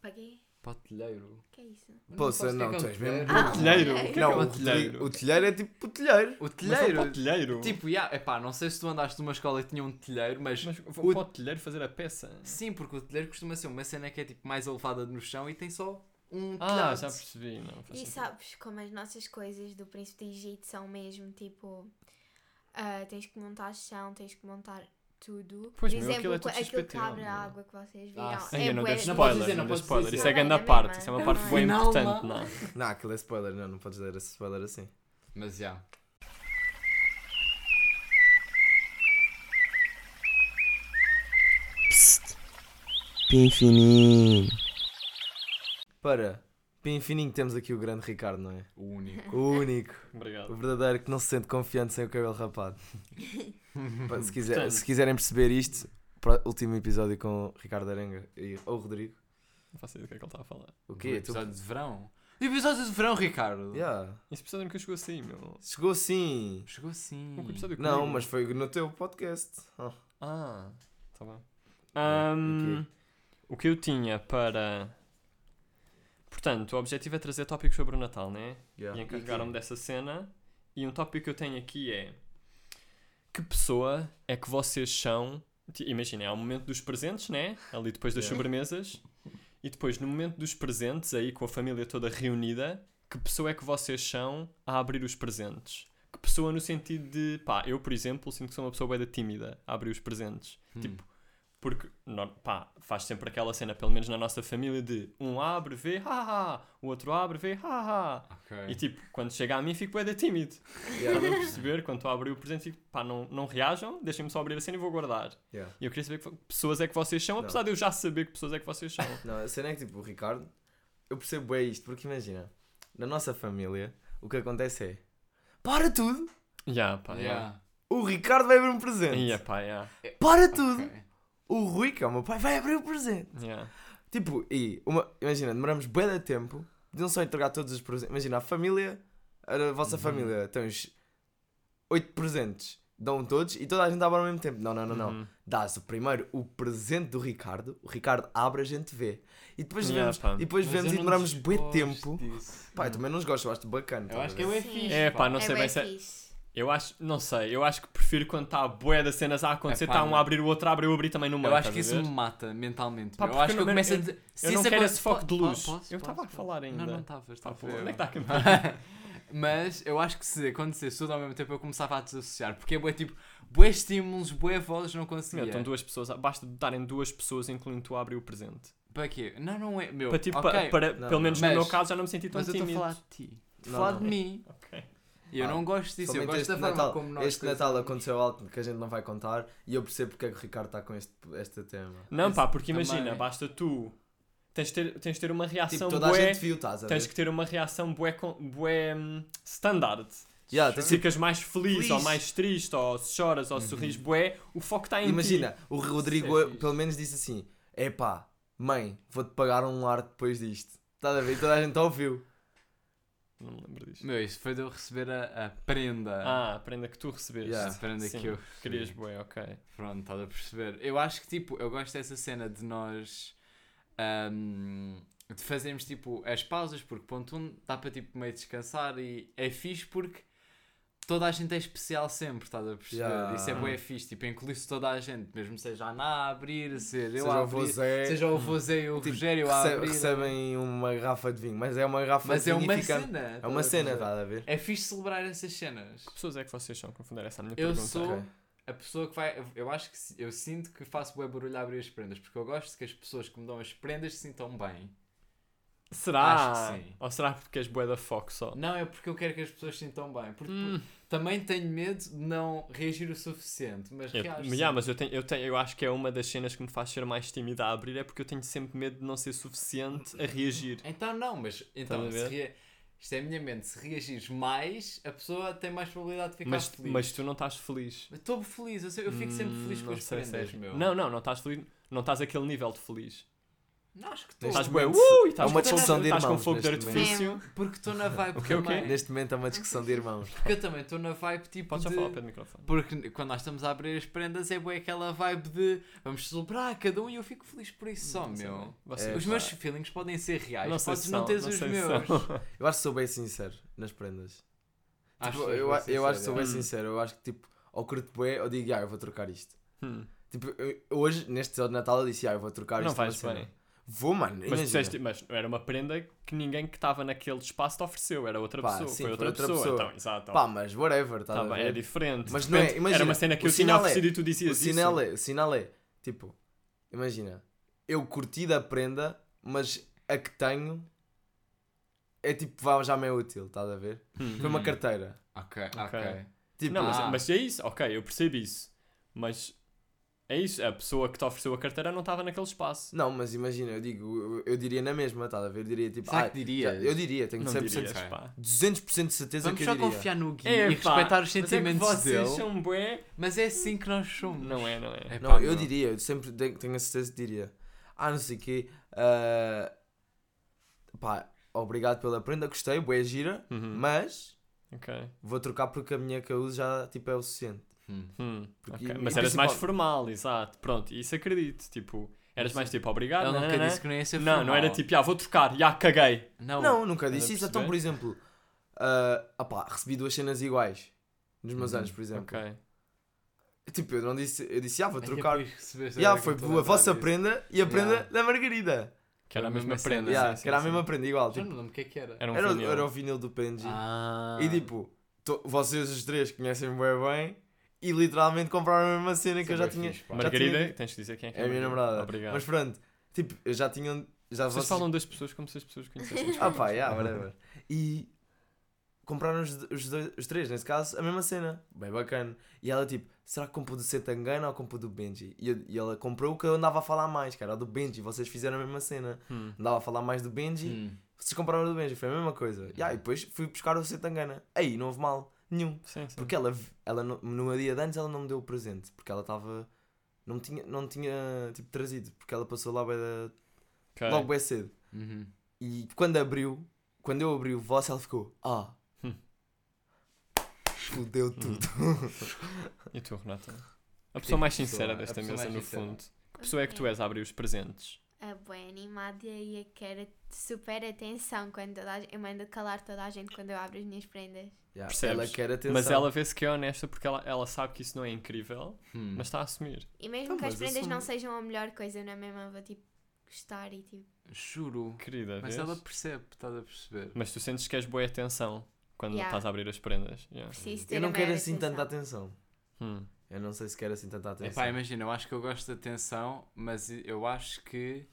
S4: Para quê?
S6: Para o telheiro.
S4: Que é isso?
S7: Tá
S5: Pô, se não, tu és mesmo
S4: Ah,
S7: Telheiro?
S4: ok.
S7: O que é que é
S5: Não,
S7: um
S5: o telheiro.
S7: telheiro?
S5: o telheiro é tipo o telheiro.
S6: O
S7: Mas vão
S6: telheiro.
S7: para o telheiro?
S6: Tipo, yeah, epá, não sei se tu andaste numa escola e tinha um telheiro, mas.
S7: Mas vão
S6: o-
S7: para o telheiro fazer a peça?
S6: Sim, porque o telheiro costuma ser uma cena que é tipo mais elevada no chão e tem só um
S7: Ah,
S6: telhado.
S7: já percebi. Não, faz
S4: E
S7: sentido.
S4: sabes como as nossas coisas do Príncipe do Egito são mesmo tipo. ah, tens que montar chão, tens que montar tudo.
S7: Pois,
S4: Por
S7: meu, aquilo
S4: exemplo,
S7: é tudo
S4: aquele que
S7: XPTO,
S4: abre a
S7: meu.
S4: água que vocês viram.
S6: Ah, sim.
S4: é
S7: Ai, eu não
S4: bué-
S7: deixo
S6: não podes
S7: spoiler,
S6: dizer,
S7: não
S6: não
S7: deixo
S6: podes dizer
S7: spoiler. Isso
S4: isso.
S7: é grande
S4: Não,
S7: parte,
S4: não,
S7: isso é uma
S4: não,
S7: parte
S4: não.
S7: bem
S6: Final,
S7: importante,
S6: não.
S7: não.
S5: Não, aquilo é spoiler, não, não podes dar esse spoiler assim.
S6: Mas já.
S5: Pin fininho. Para Pin fininho temos aqui o grande Ricardo, não é?
S6: O único.
S5: O único, o
S7: Obrigado.
S5: verdadeiro que não se sente confiante sem o cabelo rapado. Pá, se, quiser-
S7: Portanto.
S5: se quiserem perceber isto, pro- último episódio com o Ricardo Arenga e o Rodrigo.
S7: Não faço ideia do que é que ele está a falar.
S5: O
S6: Do
S5: quê? Tu...
S6: episódio de verão. Do episódio de verão, Ricardo!
S5: Yeah.
S7: Esse episódio nunca chegou assim, meu.
S5: Chegou sim.
S6: Chegou assim.
S7: Nunca episódio
S5: Não,
S7: comigo.
S5: mas foi no teu podcast. Ah.
S7: Ah, tá bem.
S5: Ah,
S7: Ahm,
S5: ok.
S7: O que eu tinha para. Portanto, o objetivo é trazer tópicos sobre o Natal, né? E encarregaram-me dessa cena. E um tópico que eu tenho aqui é: Que pessoa é que vocês são? Ti- Imaginem, há o momento dos presentes, né? Ali depois das sobremesas. E depois, no momento dos presentes, aí com a família toda reunida, que pessoa é que vocês são a abrir os presentes? Que pessoa no sentido de, pá, eu, por exemplo, sinto que sou uma pessoa bem tímida a abrir os presentes. Tipo, porque, no- pá, faz sempre aquela cena, pelo menos na nossa família, de um abre, vê, haha, o outro abre, vê, haha.
S6: Ok.
S7: E tipo, quando chega a mim fico bué da tímido.
S5: Yeah.
S7: Estão a perceber? Quando estou a abrir o presente, fico, pá, não, não reajam, deixem-me só abrir a cena e vou guardar.
S5: Yeah.
S7: E eu queria saber que pessoas é que vocês são, apesar de eu já saber que pessoas é que vocês são.
S5: Não, a cena é que tipo, o Ricardo, eu percebo bem isto, porque imagina, na nossa família, o que acontece é para tudo,
S7: Já, pá, já.
S6: Yeah.
S5: o Ricardo vai abrir um presente.
S7: Já, pá, já.
S5: Para tudo,
S6: Ok.
S5: o Rui, que é o meu pai, vai abrir um presente.
S7: Já.
S5: Tipo, e uma, imagina, demoramos bem de tempo de não só entregar todos os presentes. Imagina, a família, a vossa
S6: Uhum.
S5: família, tem uns 8 presentes, dão todos e toda a gente abre ao mesmo tempo. Não, não, não, não.
S7: Uhum.
S5: Dás o primeiro o presente do Ricardo, o Ricardo abre, a gente vê. E depois
S7: Yeah,
S5: vemos,
S7: pá.
S5: e, depois
S6: Mas
S5: vemos
S6: eu
S5: e
S6: não
S5: demoramos bem
S6: desgosto
S5: tempo.
S6: disso.
S5: Pá, eu também não os gosto, eu acho bacana.
S6: Hum. Eu
S5: estás
S6: acho
S5: a
S6: que
S5: ver?
S6: eu é
S4: Sim.
S6: fixe.
S7: É, pá, não sei
S4: é
S7: bem
S4: bem
S7: se.
S4: fixe.
S7: Eu acho, não sei, eu acho que prefiro quando está a boé das cenas a acontecer,
S6: É, pá,
S7: está um
S6: não.
S7: a abrir o outro, abre eu abri também no meio.
S6: Eu acho que
S7: estás a
S6: isso
S7: ver?
S6: me mata mentalmente.
S7: Pá,
S6: meu. eu
S7: porque
S6: acho que
S7: eu
S6: eu
S7: não-
S6: começo
S7: eu-
S6: a dizer.
S7: eu não quero
S6: aconte-
S7: esse foco de
S6: Po- po-
S7: luz.
S6: posso-
S7: Eu tava a
S6: posso?
S7: falar ainda.
S6: Não, não estavas.
S7: Pá,
S6: estava
S7: pô, onde é que está a
S6: eu.
S7: câmera?
S6: Mas eu acho que se acontecesse tudo ao mesmo tempo eu começava a desassociar. Porque é bué tipo, bué estímulos, bué vozes, não conseguia.
S7: Meu, Estão duas pessoas, basta de darem duas pessoas, incluindo tu, a abrir o presente.
S6: Para quê? Não, não é. Meu,
S7: Para, tipo, pa-
S6: ok,
S7: para,
S5: Não,
S7: pelo menos
S6: mas-
S7: no meu caso já não me senti tão
S6: Mas eu estou a
S7: tímido.
S6: falar de ti. Estou a
S5: Não,
S6: falar
S5: não.
S6: de mim.
S7: Ok.
S6: E eu
S5: Ah,
S6: não gosto disso. Eu
S5: Somente
S6: gosto
S5: este
S6: da forma
S5: Natal,
S6: como nós.
S5: este Natal
S6: fazemos.
S5: aconteceu algo que a gente não vai contar e eu percebo porque é que o Ricardo está com este, este tema.
S7: Não,
S6: Esse
S7: pá, porque
S6: também.
S7: imagina, basta tu. Tens de ter, tens de ter uma
S6: Ah,
S5: Tipo,
S7: reação
S5: toda a
S7: bué.
S5: gente viu, estás a ver?
S7: Tens que ter uma reação bué, com- bué hum, standard.
S5: Yeah,
S7: Se
S5: tens- tipo,
S7: ficas mais feliz,
S5: Feliz.
S7: ou mais triste, ou se choras, ou se
S6: Uhum.
S7: sorris bué, o foco está em ti.
S5: Imagina, o Rodrigo
S7: Isso é fixe.
S5: pelo menos disse assim: Epá, mãe, vou-te pagar um lar depois disto. Estás a ver? E Toda a gente ouviu.
S7: Não me lembro disto.
S6: Meu, isso foi de eu receber a, a prenda.
S7: Ah, a prenda que tu recebeste.
S5: Yeah.
S6: A prenda
S7: Sim.
S6: que eu
S7: Querias bué, ok.
S6: Pronto, estás a perceber. Eu acho que, tipo, eu gosto dessa cena de nós. ahm, de fazermos, tipo, as pausas, porque, ponto um, dá para, tipo, meio descansar e é fixe porque toda a gente é especial sempre, estás a perceber?
S5: Yeah.
S6: Isso é bué fixe, tipo, inclui-se toda a gente, mesmo seja a Ana a abrir, seja eu
S5: Seja
S6: a
S5: o
S6: abrir,
S5: José.
S6: seja o José ou o
S5: Tipo,
S6: Rogério a
S5: Rece-
S6: abrir.
S5: recebem uma garrafa de vinho, mas é uma garrafa
S6: né? Mas
S5: de
S6: é
S5: vinho. e
S6: uma
S5: fica-
S6: cena.
S5: É
S6: estás
S5: uma
S6: a
S5: cena,
S6: perceber?
S5: estás a ver?
S6: É fixe celebrar essas cenas.
S7: Que pessoas é que vocês são? Confundar essa é a minha
S6: Eu
S7: pergunta.
S6: sou
S5: Ok.
S6: a pessoa que vai. eu- Eu acho que se- eu sinto que faço bué barulho a abrir as prendas, porque eu gosto que as pessoas que me dão as prendas se sintam bem.
S7: Será?
S6: Acho que sim.
S7: Ou será porque és bué da foco só?
S6: Não, é porque eu quero que as pessoas se sintam bem. Porque
S7: Hum.
S6: também tenho medo de não reagir o suficiente, mas
S7: Eu,
S6: reajo.
S7: yeah,
S6: sim.
S7: É, mas eu, tenho, eu, tenho, eu acho que é uma das cenas que me faz ser mais tímido a abrir, é porque eu tenho sempre medo de não ser suficiente a reagir.
S6: Então não, mas então
S7: a
S6: se
S7: ver?
S6: rea- isto é a minha mente, se reagires mais, a pessoa tem mais probabilidade de ficar
S7: Mas,
S6: feliz.
S7: mas tu não estás feliz.
S6: Eu estou feliz, eu, sei- eu fico sempre
S7: Hum,
S6: feliz com
S7: não
S6: as
S7: sei se
S6: prendas,
S7: és-
S6: meu.
S7: Não, não, não estás feliz. Não estás aquele nível de feliz.
S6: Não, acho que estou.
S5: Neste
S7: Estás bué, uh, e
S5: momento- é
S7: estás
S5: uma
S7: com fogo-
S5: discussão de
S7: estás com
S5: irmãos
S7: fogo de
S5: neste
S7: artifício.
S6: Porque estou na vibe
S7: quê, o quê?
S6: também.
S5: Neste momento é uma discussão de irmãos.
S6: Porque eu também estou na vibe tipo
S7: Podes só
S6: de...
S7: falar ao pé do microfone.
S6: Porque quando nós estamos a abrir as prendas é boa aquela vibe de vamos celebrar cada um e eu fico feliz por isso só, meu.
S7: Vocês-
S5: É,
S6: os meus feelings podem ser reais,
S7: Não sei
S6: podes
S7: se
S6: não
S7: são,
S6: teres
S7: não
S6: os
S7: sei se
S6: meus.
S7: são.
S5: Eu acho que sou bem sincero nas prendas.
S6: Acho
S5: Tipo,
S6: que
S5: eu,
S6: sou
S5: a- eu acho que
S6: sincero.
S5: sou bem
S7: Hum.
S5: sincero. Eu acho que tipo, ou curto bué ou digo, ah, eu vou trocar isto.
S7: Hum.
S5: Tipo, eu- hoje, neste episódio de Natal, eu disse, ah, eu vou trocar
S7: Não
S5: isto. por uma
S7: vais
S5: cena."
S7: bem.
S5: Vou, mano.
S7: Mas,
S5: imagina.
S7: disseste, tipo, mas era uma prenda que ninguém que estava naquele espaço te ofereceu, era outra
S5: Pá,
S7: pessoa.
S5: sim,
S7: foi outra,
S5: foi outra
S7: pessoa.
S5: pessoa.
S7: Então, exato.
S5: Pá, mas whatever, estás
S7: Tá
S5: a
S7: bem,
S5: ver?
S7: é diferente.
S5: Mas
S7: De
S5: não é,
S7: repente,
S5: imagina,
S7: era uma cena que
S5: o
S7: eu tinha
S5: sinal é-
S7: oferecido e tu
S5: o
S7: dizias
S5: sinal
S7: isso.
S5: é, o sinal é, tipo, imagina, eu curti da prenda, mas a que tenho é tipo, vá, já me é útil, estás a ver?
S7: Hum.
S5: Foi uma carteira.
S6: Ok,
S7: Ok.
S6: ok.
S5: Tipo,
S7: Não, mas,
S6: Ah.
S7: mas é isso, ok, eu percebo isso. Mas é isso, a pessoa que te ofereceu a carteira não estava naquele espaço.
S5: não, mas imagina, eu digo, eu, eu diria na mesma, estás a ver? Eu diria tipo,
S6: Será
S5: ah,
S6: que dirias?
S5: já- eu diria, tenho
S7: Não
S5: 100%,
S7: dirias,
S6: ok.
S7: pá.
S5: 200% de certeza
S6: Vamos
S5: que
S6: só
S5: eu diria.
S6: confiar no Gui
S7: Epá,
S6: e respeitar os
S7: mas é que
S6: sentimentos
S7: vocês
S6: dele.
S7: são bué.
S6: Mas é assim que nós somos.
S7: Não é, não é.
S6: Epá,
S5: Não, eu
S6: meu.
S5: diria, eu sempre tenho tenho a certeza que diria. Ah, não sei o quê, ah, Ah, pá, obrigado pela prenda, gostei, boa gira,
S7: Uhum.
S5: mas
S7: Ok.
S5: vou trocar porque a minha que eu uso já tipo, é o suficiente.
S6: Hum.
S7: Hum,
S5: Porque-
S7: ok.
S5: e-
S7: Mas
S5: e
S7: eras mais
S5: principal-
S7: formal, exato. Pronto, isso acredito. Tipo, eras mais tipo, obrigado.
S6: Ele nunca
S7: nananã.
S6: disse que não ia ser
S7: Não, não era
S6: formal.
S7: tipo, já vou trocar, já caguei.
S6: Não, É
S5: não, nunca
S7: estás a
S5: disse isso. Então,
S7: perceber?
S5: por exemplo, ah, ah pá, recebi duas cenas iguais nos meus
S6: Uhum,
S5: anos, por exemplo.
S7: Ok. É
S5: Tipo, eu não disse, eu disse, ah, vou
S6: Ai,
S5: trocar.
S6: depois recebeste
S5: Já
S6: agora
S5: foi
S6: tipo que eu
S5: a
S6: estou lembrar
S5: vossa
S6: disso.
S5: prenda e a prenda
S6: Yeah.
S5: da Margarida.
S7: Que era a
S6: Foi a
S7: mesma
S6: mesma cena.
S7: prenda.
S5: Yeah,
S7: sim,
S5: que era a
S7: sim,
S5: mesma
S7: sim.
S5: prenda, igual.
S6: Já
S5: Tipo,
S6: não lembro o que é que era.
S7: Era um
S5: era, o,
S7: vinil.
S5: era o vinil do PNG.
S6: Ah.
S5: E tipo, to- vocês os três conhecem bem bem e literalmente compraram a mesma cena
S6: é
S5: que eu já tinha.
S7: Margarida,
S5: já tinha-
S7: tens de dizer quem é que
S5: É a minha namorada.
S7: é Obrigado.
S5: Mas pronto, tipo, eu já tinha. Já
S7: vocês falam das pessoas como se as pessoas conhecessem.
S5: Ah pá, yeah, whatever. E compraram os, os, dois, os três, nesse caso, a mesma cena. Bem bacana. E ela tipo, será que comprou do Setangana ou comprou do Benji? E, eu- e ela comprou o que eu andava a falar mais, cara, o do Benji. Vocês fizeram a mesma cena.
S7: Hum.
S5: Andava a falar mais do
S6: Hum,
S5: Benji. Vocês compraram o do Benji, foi a mesma coisa.
S7: Hum.
S5: Yeah, e depois fui buscar o Setangana. Aí não houve mal nenhum.
S7: Sim, sim.
S5: Porque ela, ela no, no dia de antes ela não me deu o presente, porque ela estava. Não me tinha, não me tinha tipo, trazido, porque ela passou lá bué da-
S7: Ok.
S5: logo bem cedo.
S6: Uhum.
S5: E quando abriu, quando eu abri o vosso, ela ficou, ah,
S7: Hum.
S5: fudeu tudo.
S7: E tu, Renata? A pessoa mais sincera
S6: pessoa? A
S7: desta
S6: pessoa
S7: mesa,
S6: mais
S7: no
S6: sincera.
S7: fundo. Que pessoa é que tu és a abrir os presentes?
S4: A boa É animada e a que era super atenção quando toda a gente, eu mando calar toda a gente quando eu abro as minhas prendas.
S5: Yeah,
S7: Percebes?
S5: Ela quer atenção.
S7: Mas ela vê-se que é honesta porque ela, ela sabe que isso não é incrível,
S6: Hum.
S7: mas está a assumir.
S4: E mesmo
S5: Então,
S4: que as
S5: mas isso
S4: prendas
S5: não-
S4: não sejam a melhor coisa, eu na mesma vou tipo gostar e tipo.
S6: Juro.
S7: Querida,
S6: Mas
S7: vês?
S6: ela percebe, estás a perceber?
S7: Mas tu sentes que és boa atenção quando
S4: Yeah.
S7: estás a abrir as prendas. Yeah.
S4: Preciso ter
S5: Eu não
S4: a
S5: quero
S4: maior
S5: assim
S4: atenção.
S5: tanta atenção.
S7: Hum.
S5: Eu não sei se quero assim tanta atenção.
S7: é
S6: Epá, imagina, eu acho que eu gosto de atenção, mas eu acho que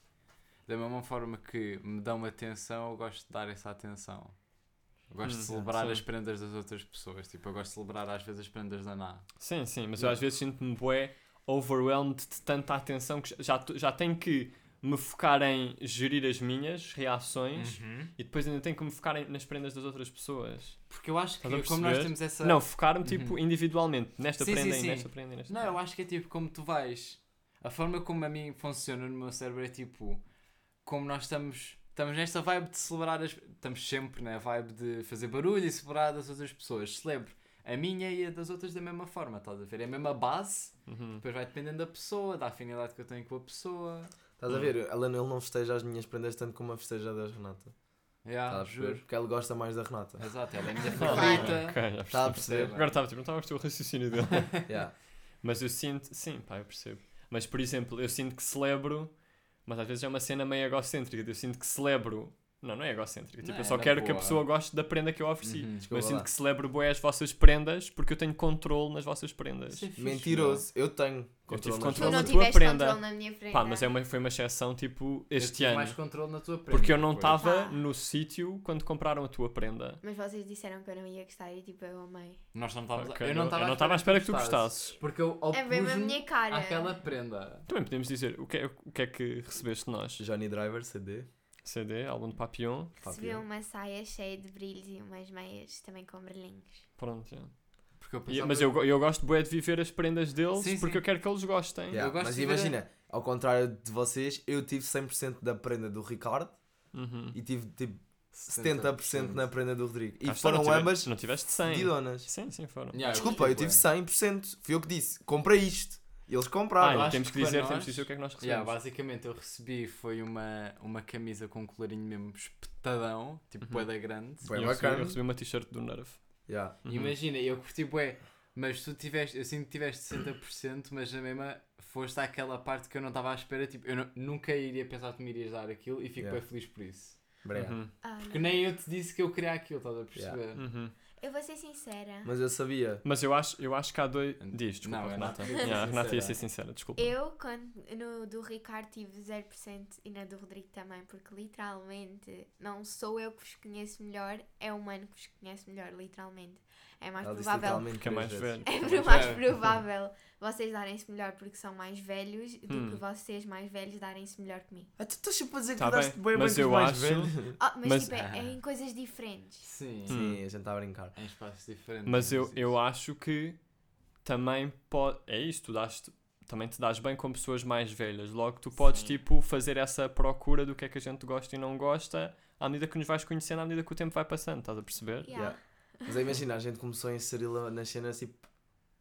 S6: da mesma forma que me dão atenção, eu gosto de dar essa atenção. Eu gosto
S7: Hum,
S6: de celebrar
S7: sim.
S6: as prendas das outras pessoas. Tipo, eu gosto de celebrar às vezes as prendas da Ná.
S7: Sim, sim, mas eu às vezes sinto-me bué overwhelmed de tanta atenção que já, to- já tenho que me focar em gerir as minhas reações
S6: Uhum.
S7: e depois ainda tenho que me focar em- nas prendas das outras pessoas.
S6: Porque eu acho que
S7: Estás a
S6: como nós
S7: perceber?
S6: temos essa.
S7: Não, focar-me tipo individualmente, nesta
S6: Uhum. Sim,
S7: prenda
S6: sim,
S7: e
S6: sim.
S7: nesta prenda e nesta
S6: Não,
S7: prenda.
S6: eu acho que é tipo como tu vais. A forma como a mim funciona no meu cérebro é tipo. Como nós estamos. Estamos nesta vibe de celebrar as. Estamos sempre na vibe de fazer barulho e celebrar das outras pessoas. Celebro a minha e a das outras da mesma forma, estás a ver? É a mesma base,
S7: Uhum.
S6: depois vai dependendo da pessoa, da afinidade que eu tenho com a pessoa.
S5: Estás a ver? Ela ele não festeja as minhas prendas tanto como a festeja da Renata.
S6: Yeah,
S7: Ah,
S5: Estás Tá a perceber?
S6: juro.
S5: Porque ela gosta mais da Renata.
S6: Exato, ela é a minha
S7: Ok, já
S6: favorita.
S7: percebi.
S5: Está a perceber?
S6: né?
S7: Agora estava tipo, não estava a perceber o raciocínio dele.
S5: Yeah.
S7: Mas eu sinto, sim, pá, eu percebo. Mas, por exemplo, eu sinto que celebro, mas às vezes é uma cena meio egocêntrica. Eu sinto que celebro, não, não é egocêntrica. Tipo,
S6: Não,
S7: eu
S6: é
S7: só
S6: na
S7: quero que a
S6: boa.
S7: pessoa goste da prenda que eu ofereci.
S6: Uhum.
S7: Mas eu
S5: Desculpa
S7: sinto
S5: lá.
S7: que celebro bué as vossas prendas porque eu tenho controle nas vossas prendas.
S6: Isso é fixe,
S5: Mentiroso. Eu tenho.
S7: tive
S5: nas
S4: Tu
S7: controle
S5: coisas.
S7: na
S4: não
S7: tua
S4: tiveste
S7: prenda.
S4: controle na minha prenda.
S7: Pá, mas é uma, foi uma exceção, tipo,
S6: meu. Eu
S7: este
S6: tive
S7: ano.
S6: mais controle na tua prenda.
S7: Porque eu não
S6: depois.
S7: estava
S4: Ah.
S7: no sítio quando compraram a tua prenda.
S4: Mas vocês disseram que eu não ia gostar e tipo eu amei.
S6: Nós não estávamos.
S7: Ok,
S6: Eu não estava
S7: estava à espera que tu gostasses.
S6: Porque eu
S4: É mesmo a
S6: opus-me
S4: minha cara.
S6: àquela prenda.
S7: Também podemos dizer o que é, o que, é que recebeste de nós?
S5: Johnny Driver, CD.
S7: CD, álbum de Papillon.
S4: Recebi uma saia cheia de brilhos e umas meias também com brilhinhos.
S7: Pronto, já.
S6: Porque eu
S7: E-
S6: pensava-
S7: mas eu, go- eu gosto bué de viver as prendas deles
S6: é, Sim,
S7: porque
S6: sim.
S7: eu quero que eles gostem.
S5: Yeah,
S6: Eu gosto
S5: Mas
S6: de ver a-
S5: imagina, ao contrário de vocês, eu tive 100% da prenda do Ricardo
S7: Uhum.
S5: e tive tipo 70% na prenda do Rodrigo. E
S7: Acho que
S5: foram
S7: não tive-
S5: ambas
S7: Não tiveste 100.
S5: didonas.
S7: Sim, sim, foram. Ah,
S6: Yeah,
S5: Desculpa, eu
S6: gostei
S5: tive
S6: bué.
S5: 100%. Fui eu que disse. Comprei isto. E Eles
S7: Ah,
S5: compraram.
S7: e
S6: acho
S7: temos que
S6: que para
S7: dizer,
S6: nós-
S7: temos que dizer o que é que nós recebemos.
S6: Yeah, basicamente eu recebi foi uma, uma camisa com um colarinho mesmo espetadão, tipo
S7: Uhum.
S6: bué da grande.
S5: Foi
S7: E eu, recebi, eu
S5: bacana.
S7: recebi uma t-shirt do Nerf.
S5: Yeah.
S7: Uhum.
S6: Imagina, eu curti bué, mas tu tiveste, eu sinto que tiveste 60%, mas na mesma foste àquela parte que eu não estava à espera, tipo, eu nu- nunca iria pensar que me irias dar aquilo e fico
S5: Yeah.
S6: bem feliz por isso.
S5: Obrigado.
S7: Uhum.
S4: Ah,
S6: Porque
S4: não.
S6: nem eu te disse que eu queria aquilo, estás a perceber?
S7: Uhum.
S4: Eu vou ser sincera.
S5: Mas eu sabia.
S7: Mas eu acho, eu acho que há dois. Diz, desculpa,
S6: Não, é a
S7: Renata.
S6: Renata ia ser
S7: Yeah, a Renata ia ser
S6: sincera.
S7: sincera, desculpa.
S4: Eu, quando, no do Ricardo, tive 0% e na do Rodrigo também, porque literalmente não sou eu que vos conheço melhor, é o humano que vos conhece melhor, literalmente. É mais
S5: Ela disse
S4: provável.
S5: literalmente
S7: Porque é mais
S5: três vezes.
S7: velho.
S4: É mais
S6: É.
S4: provável vocês darem-se melhor porque são mais velhos do
S7: Hum.
S4: que vocês mais velhos darem-se melhor que mim.
S5: Ah, tu estás sempre a dizer que
S7: Tá
S5: tu daste
S7: bem,
S5: bem
S7: mas
S5: mas
S7: eu
S5: mais
S7: acho-
S5: velho.
S4: Ah, mas,
S7: Mas-
S4: tipo, é, é em coisas diferentes.
S6: Sim,
S5: Sim, a gente está a brincar.
S6: em espaços diferentes.
S7: Mas Hum. eu,
S6: existe.
S7: eu acho que também pode. É isso, tu daste também te dás bem com pessoas mais velhas. Logo, tu podes, tipo, fazer essa procura do que é que a gente gosta e não gosta à medida que nos vais conhecendo, à medida que o tempo vai passando, estás a perceber?
S4: Yeah.
S5: Mas aí imagina, a gente começou a inseri-la nas cenas tipo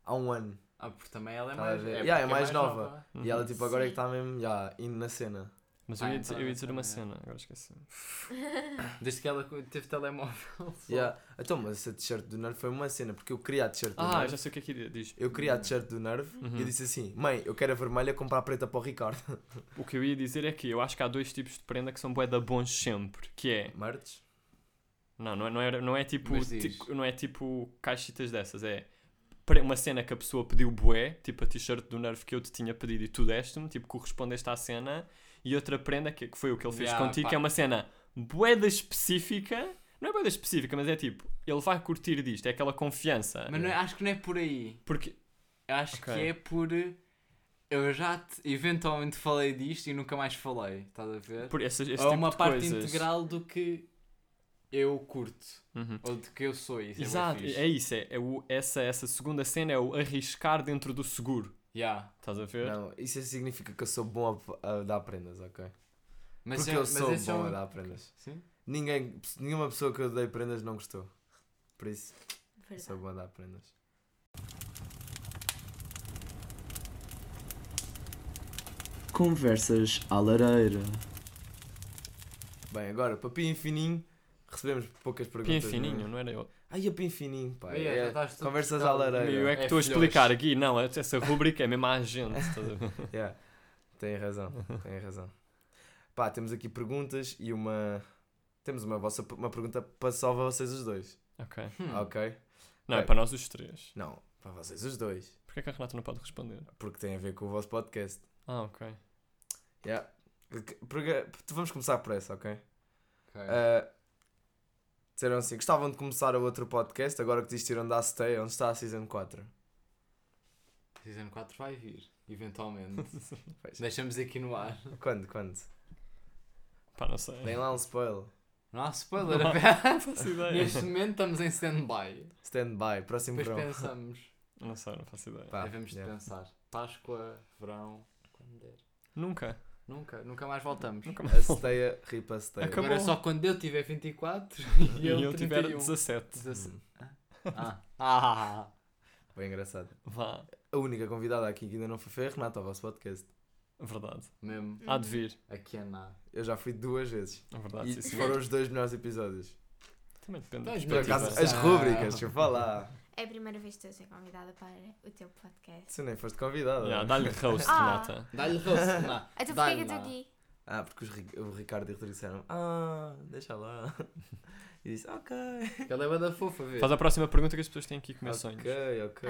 S5: há um ano.
S6: Ah, porque também ela é
S5: Tá a
S6: mais,
S5: ver.
S6: é,
S5: Yeah, é
S6: porque
S5: mais nova. E ela
S7: Uhum.
S5: tipo agora é que
S4: Sim.
S5: está mesmo já indo na cena.
S7: Mas eu
S6: Ah,
S7: ia,
S6: então
S7: dizer, eu ia
S6: ela
S7: dizer uma
S6: também
S7: cena, agora esqueci.
S6: Desde que ela teve telemóvel.
S5: Yeah. Então, mas essa t-shirt do Nerve foi uma cena, porque eu queria a t-shirt do
S7: Ah,
S5: Nerve.
S7: já sei o que é que ia- diz.
S5: Eu queria a t-shirt do Nerve
S6: Uhum.
S5: e eu disse assim: Mãe, eu quero a vermelha comprar a preta para o Ricardo.
S7: O que eu ia dizer é que eu acho que há dois tipos de prenda que são bué da bons sempre, que é...
S5: Merch?
S7: Não, não é, não é, não é tipo,
S6: Mas diz.
S7: ti- não é tipo caixetas dessas, é pre- uma cena que a pessoa pediu bué, tipo a t-shirt do Nerf que eu te tinha pedido e tu deste-me, tipo correspondeste à cena, e outra prenda que, que foi o que ele fez
S6: Yeah,
S7: contigo,
S6: pá.
S7: que é uma cena bué da específica, não é bué da específica, mas é tipo, ele vai curtir disto, é aquela confiança.
S6: Mas não é- acho que não é por aí.
S7: Porque,
S6: Eu acho
S7: Ok.
S6: que é por. Eu já te, eventualmente falei disto e nunca mais falei. Estás a ver?
S7: por esse, esse
S6: Ou é
S7: tipo
S6: uma
S7: de
S6: parte
S7: coisas.
S6: integral do que eu curto.
S7: Uhum.
S6: Ou do que eu sou. Isso
S7: Exato,
S6: É, bué
S7: é
S6: fixe.
S7: isso, é, é o, essa, essa segunda cena é o arriscar dentro do seguro,
S6: Yeah.
S7: estás a ver?
S5: Não, isso é- significa que eu sou bom a, a dar prendas, ok?
S6: Mas
S5: porque
S6: é-
S5: eu
S6: mas
S5: sou
S6: esse é
S5: bom
S6: um-
S5: a dar prendas.
S6: Sim?
S5: Ninguém, nenhuma pessoa que eu dei prendas não gostou. Por isso, eu sou
S4: Verdade.
S5: bom a dar prendas.
S2: Conversas à lareira.
S5: Bem, agora, para Pim Fininho, recebemos poucas
S7: Pim
S5: perguntas.
S7: fininho,
S5: não é?
S7: não era eu.
S5: Ai, a Pim Fininho, pá.
S6: Olha, já
S5: é-
S6: estás tudo
S5: conversas à
S6: tão-
S5: lareira.
S7: Eu é que
S6: É
S7: estou a
S6: filhotes.
S7: explicar aqui, não, essa rubrica é mesmo a gente. estás a ver?
S5: Yeah. Tem razão, tem razão. Pá, temos aqui perguntas e uma. Temos uma, vossa, uma pergunta para só vocês os dois,
S7: ok.
S6: Hum.
S5: ok?
S7: Não, é
S5: Bem.
S7: para nós os três.
S5: Não, para vocês os dois,
S7: Porquê é que a Renata não pode responder?
S5: porque tem a ver com o vosso podcast.
S7: Ah, ok.
S5: Yeah. Porque- porque- vamos começar por essa, ok?
S6: Ok.
S5: Ah, disseram assim: gostavam de começar o outro podcast agora que desistiram da Stay, onde está a Season 4?
S6: Season 4 vai vir. Eventualmente.
S5: Pois.
S6: Deixamos aqui no ar.
S5: Quando? Quando?
S7: Pá, não sei.
S5: Tem lá um spoiler.
S6: Não há spoiler.
S7: Não há-
S6: aberto.
S7: faço ideia.
S6: Neste momento estamos em stand-by.
S5: Stand-by, próximo
S6: Depois
S5: verão.
S6: pensamos.
S7: Não sei, não faço ideia.
S5: Pá,
S6: Devemos de
S5: yeah.
S6: pensar. Páscoa, verão, quando der.
S7: Nunca.
S6: Nunca, nunca mais voltamos.
S7: Nunca
S5: A
S7: mais.
S5: Steia, rip a Steia.
S7: Acabou.
S6: Agora só quando eu tiver 24
S7: E
S6: e eu,
S7: eu tiver
S6: 31.
S7: 17.
S6: Dezesse-
S7: Hum.
S6: Ah. Ah.
S5: Hum, Bem engraçado.
S7: Vá.
S5: A única convidada aqui que ainda não foi foi a Renata ao vosso podcast.
S7: É Verdade.
S6: Mesmo
S4: Hum.
S7: Há de vir.
S6: aqui é na.
S5: Eu já fui duas vezes.
S7: É verdade,
S5: e
S7: sim, sim.
S5: foram os dois melhores episódios.
S7: Também depende da
S6: Mas,
S5: Por
S7: perspectiva.
S5: acaso,
S6: Perspectiva.
S5: as rúbricas, deixa eu falar.
S4: É a primeira vez que estou a ser convidada para o teu podcast.
S5: Tu nem foste convidada.
S7: Yeah, Dá-lhe roast,
S4: Ah.
S7: Renata.
S6: Dá-lhe rosto na.
S4: Então porquê que eu
S6: Dá-lhe
S4: estou
S6: na.
S4: aqui?
S5: Ah, porque os Ri- o Ricardo e o Rodrigo disseram: Ah, deixa lá. E disse: Ok.
S6: Ela é bué da fofa, vê.
S7: Faz a próxima pergunta que as pessoas têm aqui comer sonhos.
S5: Ok, ok.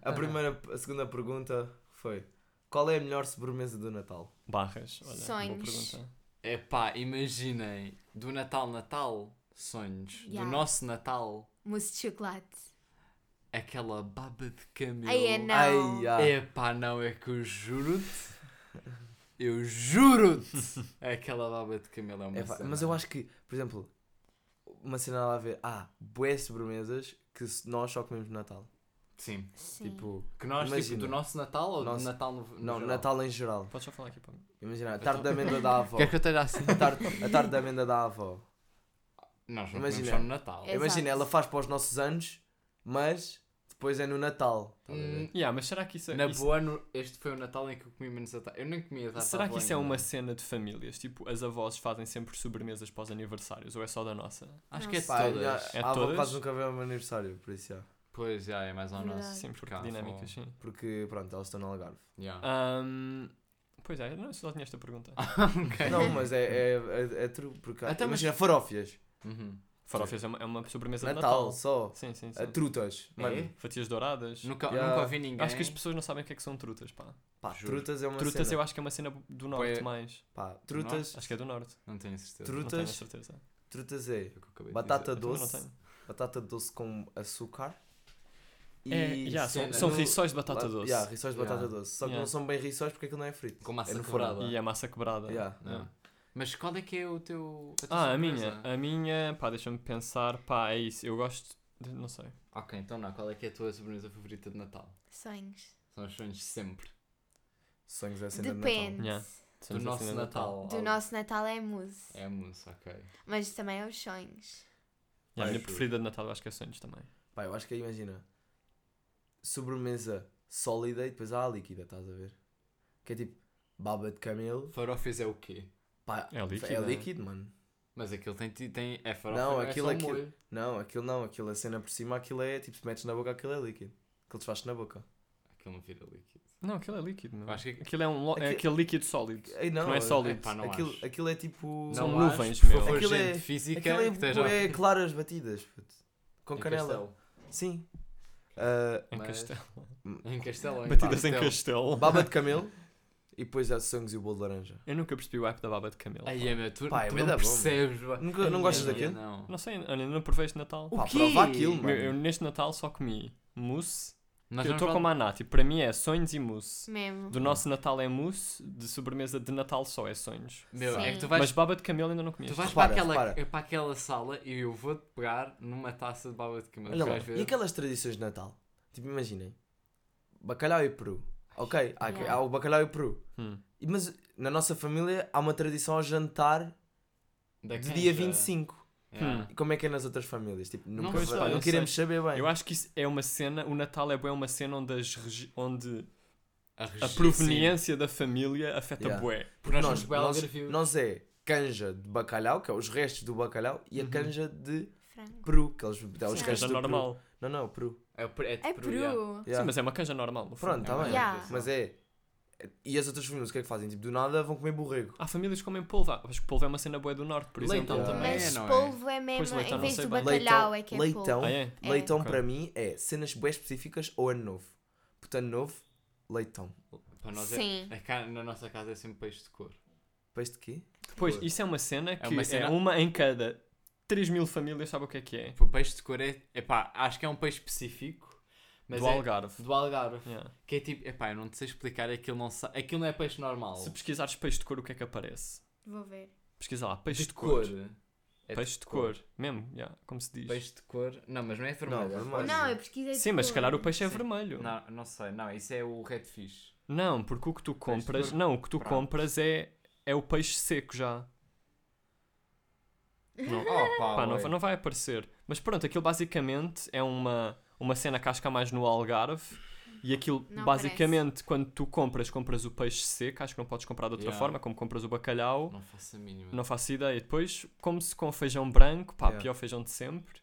S4: Ah.
S5: A, primeira, a segunda pergunta foi: Qual é a melhor sobremesa do Natal?
S7: Barras. Olha, boa
S4: Sonhos.
S7: pergunta.
S6: É pá, imaginem. Do Natal, Natal, sonhos.
S4: Yeah.
S6: Do nosso Natal,
S4: Ah. Mousse de chocolate.
S6: aquela baba de camelo.
S4: Ai, é não.
S5: Ai, ah.
S6: É pá, não, é que eu juro-te. Eu juro-te! Aquela baba de camelo é uma
S5: É pá,
S6: cena.
S5: mas eu acho que, por exemplo, uma cena lá a ver: Há bué sobremesas que s- nós só comemos no Natal.
S6: Sim.
S4: Sim.
S5: Tipo,
S6: Que nós,
S5: Imagina.
S6: tipo, do nosso Natal ou
S5: Nosso-
S6: do Natal no, no
S5: não,
S6: geral?
S5: Natal em geral.
S7: Podes só falar aqui para mim.
S5: Imagina, a
S6: Então-
S5: tarde da amêndoa da avó.
S6: Quer que eu esteja assim?
S5: A tarde, a tarde da amêndoa da avó.
S6: Nós não
S5: Imagina.
S6: comemos só no Natal.
S4: É- Exato.
S5: Imagina, ela faz para os nossos anos, mas depois é no Natal. Estás a ver?
S6: Hum,
S7: Yeah, mas será que isso é.
S6: Na
S7: isso-
S6: boa, no- este foi o Natal em que eu comi menos Natal. Eu nem comia Natal.
S7: Será que isso é
S6: tá ainda.
S7: uma cena de famílias? Tipo, as avós fazem sempre sobremesas pós aniversários ou é só da nossa?
S6: Acho que é de
S5: Pá,
S6: todas.
S5: a,
S7: É
S5: a avó
S7: todas?
S5: quase nunca vê o meu aniversário, por isso já.
S6: Pois, já, é mais ao
S4: Verdade.
S6: nosso.
S7: Sim, porque
S6: cá,
S7: dinâmicas,
S6: fom.
S7: sim.
S5: Porque, pronto, elas estão no Algarve.
S6: Já.
S7: Ah. Ahm, pois é, não, eu só tinha esta pergunta.
S6: Ok.
S5: Não, mas é, é, é, é true, porque
S7: Ah,
S5: há-
S6: Até
S7: tá,
S6: mas-
S5: imagina farófias,
S6: Uhum.
S7: Farófias é uma, é uma sobremesa
S5: Natal,
S7: de Natal.
S5: só,
S7: Sim, sim, sim.
S5: a trutas.
S6: É?
S5: Mano,
S7: Fatias douradas.
S6: Nunca,
S5: Já.
S6: nunca ouvi ninguém.
S7: Acho que as pessoas não sabem o que é que são trutas, pá.
S5: pá,
S6: Juro.
S5: trutas é uma
S7: trutas
S5: cena.
S7: eu acho que é uma cena do norte
S6: Põe-
S7: mais.
S5: Pá, trutas,
S7: Acho que é do norte.
S6: Não tenho certeza.
S5: Tru-
S7: Não tenho a
S5: Trutas?
S7: certeza.
S5: trutas é
S6: Foi o que eu acabei de
S5: batata
S6: dizer.
S7: Eu também não
S5: doce,
S7: tenho.
S5: batata doce com açúcar.
S7: É, yeah, são,
S6: cena
S7: são
S5: no-
S7: rissóis de batata
S5: lá-
S7: doce.
S5: Yeah, rissóis de batata
S6: Yeah.
S5: doce. Só que
S7: Yeah.
S5: não são bem rissóis porque aquilo não é frito.
S6: Com massa
S5: é no
S6: quebrada.
S5: forno.
S7: E a massa quebrada.
S5: Yeah.
S6: Não. Mas qual é que é o teu. tua
S7: Ah, a
S6: surpresa?
S7: minha. A minha, pá, deixa-me pensar. Pá, é isso. Eu gosto. de- não sei.
S6: Ok, então não. Qual é que é a tua sobremesa favorita de Natal?
S4: Sonhos.
S6: São os sonhos sempre.
S5: Sonhos é cena de Natal.
S4: Depende.
S7: Yeah.
S6: Do
S5: assim,
S6: nosso Natal.
S4: Do nosso Natal é muse,
S6: É música, ok.
S4: mas também é os sonhos.
S7: Yeah, a minha
S5: Vai.
S7: preferida de Natal eu acho que é sonhos também.
S5: Pá, eu acho que imagina. Sobremesa sólida e depois há a líquida, estás a ver? Que é tipo baba de camelo.
S6: Farofes é o quê?
S5: Pá,
S7: É líquida.
S5: É líquido, mano.
S6: Mas aquilo tem, tem é farofa,
S5: Não,
S6: não, é
S5: aquilo-
S6: só um
S5: aquilo-
S6: molho.
S5: Não, aquilo não, aquilo a cena por cima, aquilo é tipo, se metes na boca, aquilo é líquido. Aquilo desfaz na boca.
S6: Aquilo não vira líquido.
S7: Não, aquilo é líquido, não.
S6: Eu acho que-
S7: Aquilo é, um lo- é
S5: Aqui-
S7: aquele líquido sólido.
S5: Ei, não,
S7: que não é sólido.
S6: Epá, não
S5: aquilo,
S6: acho.
S5: aquilo é tipo.
S7: São
S6: Não acho,
S7: nuvens,
S6: por
S7: meu.
S6: favor,
S5: Aquilo é-
S6: gente física
S5: Aquilo é,
S6: que esteja
S5: é claras batidas, puto. Com
S6: Em
S5: canela.
S6: Castelo.
S5: Sim. Ah,
S7: Em
S6: Mas-
S7: castelo.
S6: Em então. castelo. ou
S7: Batidas em
S6: pastel?
S7: castelo.
S5: baba de camelo e depois há sonhos e o bolo de laranja.
S7: Eu nunca percebi o app da baba de camelo.
S6: Ai, é meu, tu,
S5: Pá, é
S6: tu
S5: bué
S6: não
S5: da bom,
S6: percebes. bué.
S5: Nunca- não
S6: Ai,
S5: gostas
S6: é,
S5: daquilo?
S6: Não.
S7: Não sei, olha, não provei este Natal.
S5: Pá,
S6: quê?
S5: prova aquilo, mano.
S7: Eu, eu neste Natal só comi mousse.
S6: Nós
S7: eu
S6: vamos
S7: estou
S6: falar-
S7: com a Nati. Para mim é sonhos e mousse.
S4: Mesmo.
S7: Do nosso Natal é mousse, de sobremesa de Natal só é sonhos.
S6: Meu, é
S4: Sim.
S6: que tu vais,
S7: Mas baba de camelo ainda não comi.
S6: tu vais
S5: Repara,
S6: para, aquela,
S5: repara.
S6: é para aquela sala e eu vou-te pegar numa taça de baba de camelo.
S5: Olha
S6: Tu
S5: lá,
S6: vais ver.
S5: e aquelas tradições de Natal? Tipo, imaginem, bacalhau e peru. Ok, há, que-
S4: Yeah.
S5: há o bacalhau e peru.
S7: Hum.
S5: E- Mas na nossa família há uma tradição ao jantar
S6: Da
S5: de
S6: canja.
S5: dia 25.
S6: Yeah.
S5: E como é que é nas outras famílias? Tipo, nunca,
S6: Pois,
S5: fa-
S6: pá,
S5: não
S7: não
S5: queremos saber bem.
S7: Eu acho que isso é uma cena, o Natal é bué uma cena onde, as regi- onde a
S6: regi-
S7: proveniência da família afeta
S5: Yeah.
S7: bué.
S6: Sim. Porque nós,
S5: nós,
S6: somos bué
S5: nós,
S6: algarvios.
S5: nós é canja de bacalhau, que é os restos do bacalhau, e a
S7: Uhum.
S5: canja de
S4: Frango.
S5: peru, que eles é os
S4: Sim.
S5: restos
S7: Canja
S5: do
S7: normal.
S5: peru. Não, não, peru.
S6: É, per- é de
S4: É
S6: Peru, yeah.
S4: Peru.
S5: Yeah.
S7: Sim, mas é uma canja normal. no fundo.
S5: Pronto, está
S6: é
S5: bem.
S4: Yeah.
S5: Mas é. E as outras famílias, o que é que fazem? Tipo, do nada vão comer borrego.
S7: Há famílias que comem polvo. Ah, Acho que polvo é uma cena boa do norte, por exemplo.
S6: Leitão
S5: Yeah.
S6: também é,
S4: Mas
S6: não é?
S4: polvo é,
S7: Pois,
S4: mesmo,
S7: leitão,
S4: em
S7: não
S4: vez
S7: sei
S4: do
S7: bem.
S4: bacalhau é que é
S5: leitão,
S7: Ah, é?
S4: É.
S5: leitão
S7: Ok.
S5: para mim é cenas bem específicas ou ano novo. Portanto, ano novo, leitão.
S6: Para
S4: polvo.
S6: nós é-
S4: Sim.
S6: é cá- na nossa casa é sempre peixe de cor.
S5: Depois de quê?
S7: Pois, isso é uma cena que é
S6: uma
S7: uma,
S6: cena-
S7: em cada 3 mil famílias, sabe o que é que é?
S6: O peixe de cor é, epá, acho que é um peixe específico. Mas
S7: do
S6: é,
S7: Algarve.
S6: Do Algarve.
S7: Yeah.
S6: Que é tipo, epá, eu não te sei explicar, aquilo não, sa- aquilo não é peixe normal.
S7: Se pesquisares peixe de cor, o que é que aparece?
S4: Vou ver.
S7: Pesquisa lá, peixe de,
S6: de
S7: cor.
S6: É
S7: Peixe de cor. Mesmo, yeah, como se diz.
S6: Peixe de cor. Não, mas não é vermelho.
S5: vermelho.
S6: rosa.
S4: Não, eu pesquisei.
S7: Sim, mas se calhar o peixe é
S6: Sim.
S7: vermelho. Não.
S6: Não, não sei. Não, isso é o redfish.
S7: porque o que tu
S6: Peixe de
S7: compras.
S6: cor.
S7: Não, o que tu
S6: Pronto.
S7: compras é, é o peixe seco já. Não,
S6: Oh, pá,
S7: pá, não,
S6: ué.
S7: vai- não vai aparecer. Mas pronto, aquilo basicamente é uma, uma cena que acho que há mais no Algarve. E aquilo,
S4: Não
S7: basicamente, quando tu compras, compras o peixe seco. Acho que não podes comprar de outra
S6: Yeah.
S7: forma, como compras o bacalhau.
S6: Não faço a mínima.
S7: Não faço ideia. Depois come-se com feijão branco, pá,
S5: Yeah.
S7: pior feijão de sempre.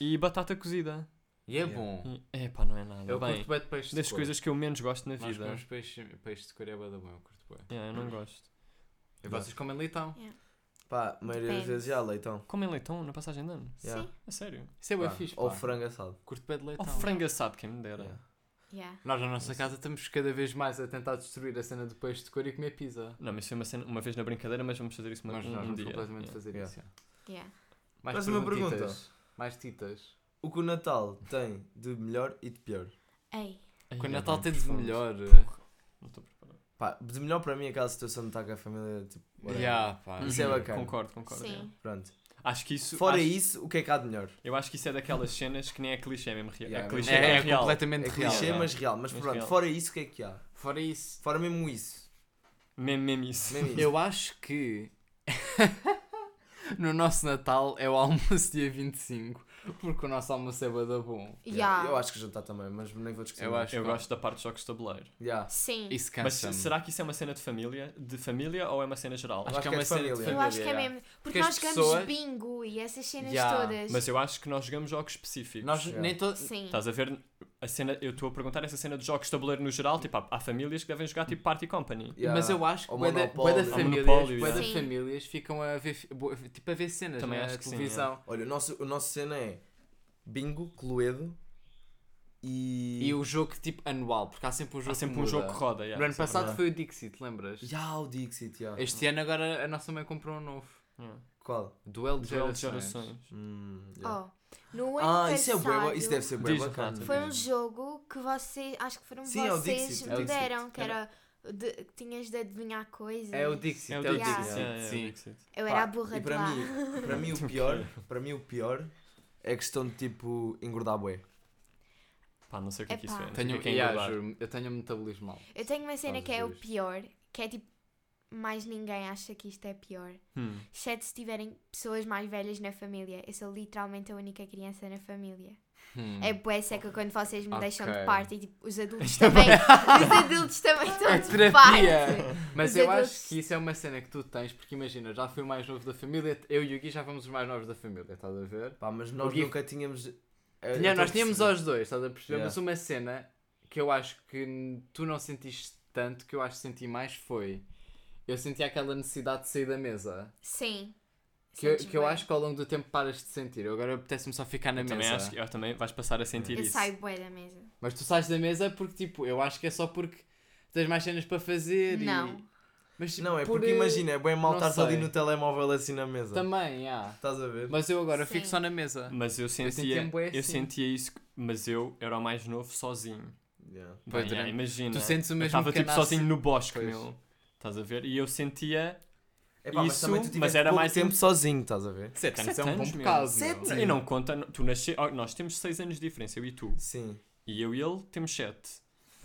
S7: E batata cozida.
S6: E é
S5: Yeah.
S6: bom.
S7: E- É pá, não é nada.
S6: Eu
S7: Bem,
S6: curto bem de peixe de
S7: das
S6: cor.
S7: coisas que eu menos gosto na
S6: Nós
S7: vida.
S6: comemos peixe, peixe de cor é bué da bom, eu curto bem.
S7: Yeah, eu não gosto.
S6: E vocês comem leitão.
S5: Pá, a maioria das
S4: Depende.
S5: vezes já leitão.
S7: Comem leitão na passagem de ano.
S5: Yeah.
S4: Sim.
S7: A sério.
S6: Isso é bué
S5: Pá,
S6: fixe, pá.
S5: ou frango assado.
S6: Curto bem de
S7: Ou
S6: leitão.
S7: frango assado, quem me dera.
S5: Yeah.
S4: Yeah.
S6: Nós na nossa casa estamos cada vez mais a tentar destruir a cena do peixe de cor e comer pizza.
S7: Não, mas isso foi uma, cena, uma vez na brincadeira, mas vamos fazer isso uma,
S6: Mas
S7: um,
S6: nós
S7: um
S6: vamos
S7: dia.
S6: completamente
S7: Yeah.
S6: fazer
S5: Yeah.
S6: isso. yeah.
S4: Yeah.
S5: Faz uma
S6: perguntitas. Mais titas.
S5: O que o Natal tem de melhor e de pior?
S4: Ei.
S7: Ai,
S6: Quando
S7: é
S6: Natal
S7: bem
S6: tem de
S7: profundo.
S6: melhor. É,
S7: Não estou preparado.
S5: Pá, de melhor para mim é aquela situação de estar com a família, tipo, whatever.
S6: Yeah, pá.
S5: Isso é
S7: Uhum,
S5: bacana.
S7: Concordo, concordo.
S4: Sim.
S7: yeah.
S5: Pronto.
S7: Acho que isso.
S5: Fora
S7: acho-
S5: isso, o que é que há de melhor?
S7: Eu acho que isso é daquelas cenas que nem é clichê, é mesmo real. é
S5: Yeah, é
S7: clichê,
S5: mesmo-
S6: É,
S7: é,
S6: é
S7: real.
S6: completamente
S5: É
S6: real.
S5: clichê,
S6: yeah.
S5: mas real. Mas
S7: Mas
S5: pronto,
S7: real.
S5: fora isso, o que é que há?
S6: Fora isso,
S5: Fora mesmo isso.
S7: Mesmo, mesmo isso.
S5: Mesmo isso.
S6: eu acho que no nosso Natal é o almoço dia 25, porque o nosso almoço é bada bom.
S5: Yeah,
S4: Yeah.
S5: Eu acho que jantar também, mas nem vou discutir.
S6: Eu
S5: muito.
S6: acho
S7: Eu
S6: que
S7: gosto da parte de jogos de tabuleiro.
S5: Yeah.
S4: Sim.
S6: isso
S7: Mas
S6: cansa.
S7: será que isso é uma cena de família? De família ou é uma cena geral?
S5: Acho que é de
S6: cena de
S5: família.
S4: Eu acho que é
S6: yeah.
S4: mesmo. Porque
S6: as
S4: nós jogamos
S6: pessoas-
S4: bingo e essas cenas
S6: Yeah.
S4: todas.
S7: Mas eu acho que nós jogamos jogos específicos.
S6: Nós
S5: Yeah.
S6: nem todos.
S4: Sim.
S7: Estás a ver a cena, eu estou a perguntar essa cena de jogos de tabuleiro no geral, tipo, há, há famílias que devem jogar tipo Party Company.
S5: Yeah.
S6: Mas eu acho que
S5: Ao
S6: bué da- bué da
S5: Monopólio.
S7: Ao
S6: famílias,
S7: Monopólio,
S6: bué da
S4: yeah. Sim.
S6: famílias ficam a ver, fi- bo- tipo, a ver cenas
S7: Também
S6: na
S7: acho que sim,
S6: televisão.
S5: Olha, o nosso, o nosso cena é bingo, cluedo e.
S6: E o jogo tipo anual, porque há sempre um jogo
S7: Há sempre
S6: que
S7: um
S6: muda.
S7: jogo que roda. yeah,
S6: No ano
S7: isso é
S6: passado
S7: verdade.
S6: foi o Dixit, lembras?
S5: Já o Dixit, já.
S6: Este ano agora a nossa mãe comprou um novo.
S7: Yeah.
S5: Qual?
S6: Duelo de
S7: Duelo de
S6: gerações.
S7: gerações.
S5: Hum, yeah.
S4: Oh, no ano
S5: Ah, isso é bué
S4: passado
S5: ba- isso deve ser bem
S7: Diz,
S5: bacana.
S7: Renata.
S4: foi um jogo que vocês, acho que foram
S5: Sim, é o
S4: vocês
S6: é
S5: Dixit,
S6: o
S4: me
S6: Dixit.
S4: deram, que era de, que tinhas de adivinhar coisas.
S6: É o Dixit,
S7: É o
S4: Yeah.
S7: Dixit,
S4: Dixit,
S7: yeah, yeah,
S6: sim.
S7: é o Dixit.
S4: Eu
S5: Pá,
S4: era a burra
S5: e
S4: de
S5: para
S4: lá.
S5: mim, para mim o pior, para mim o pior é a questão de tipo engordar bué.
S7: Pá, não sei o que é que isso
S4: Epá.
S7: é. Não sei o
S6: Tenho,
S7: que é que é
S6: yeah,
S7: engordar.
S6: juro, eu tenho um metabolismo alto.
S4: Eu tenho uma cena
S6: Fazes
S4: que é o
S6: dois.
S4: pior, que é tipo, mais ninguém acha que isto é pior.
S7: Hum.
S4: Exceto se tiverem pessoas mais velhas na família. Eu sou literalmente a única criança na família.
S6: Hum.
S4: É bué seca quando vocês me deixam de
S6: Ok. É
S4: parte e tipo, os adultos também. os adultos também estão de parte.
S6: Mas
S4: Os
S6: eu
S4: adultos-
S6: acho que isso é uma cena que tu tens, porque imagina, já fui o mais novo da família, eu e o Gui já fomos os mais novos da família, estás a ver?
S5: Pá, mas nós
S6: Gui-
S5: nunca tínhamos. eh,
S6: Tinha- nós tínhamos aos dois, estás a perceber?
S5: Yeah.
S6: Mas uma cena que eu acho que n- tu não sentiste tanto, que eu acho que senti mais foi. Eu senti aquela necessidade de sair da mesa.
S4: Sim.
S6: Que, eu,
S4: Sentes
S6: que eu
S4: bué.
S6: acho que ao longo do tempo paras de sentir. Eu agora apetece-me só ficar na
S7: Eu
S6: mesa.
S7: também acho que é. eu também vais passar a sentir
S6: é
S4: Eu
S7: isso.
S4: saio bué da mesa.
S6: Mas tu sais da mesa porque, tipo, eu acho que é só porque tens mais cenas para fazer e.
S4: Não.
S7: tipo,
S6: Mas,
S5: Não, é
S6: por,
S5: porque
S6: eh,
S5: imagina, é bem mal
S6: não
S5: estar ali
S6: sei.
S5: no telemóvel assim na mesa.
S6: Também, há.
S5: Estás a ver?
S6: Mas eu agora fico
S4: Sim.
S6: só na mesa.
S7: Mas eu sentia,
S6: sentia
S7: eu,
S6: um bué assim.
S7: sentia isso, mas eu era o mais novo sozinho.
S5: Yeah.
S6: Pois,
S7: Bem, é,
S6: durante-
S7: imagina.
S6: tu sentes o
S7: eu
S6: mesmo
S7: estava tipo
S6: canaço.
S7: sozinho no bosque,
S6: Pois.
S7: meu. Estás a ver? E eu sentia.
S5: Epá, mas
S7: Isso,
S5: também tu
S7: mas
S5: tiveste
S7: era
S5: pouco
S7: mais
S5: tempo
S7: um-
S5: sozinho, estás a ver?
S6: Sete anos
S7: Sete
S6: é um
S7: anos,
S6: bom
S7: meu.
S6: bocado.
S5: Sete
S6: meu.
S7: E não conta, tu nasce... oh, nós temos 6 anos de diferença, eu e tu.
S5: Sim.
S7: E eu e ele temos 7.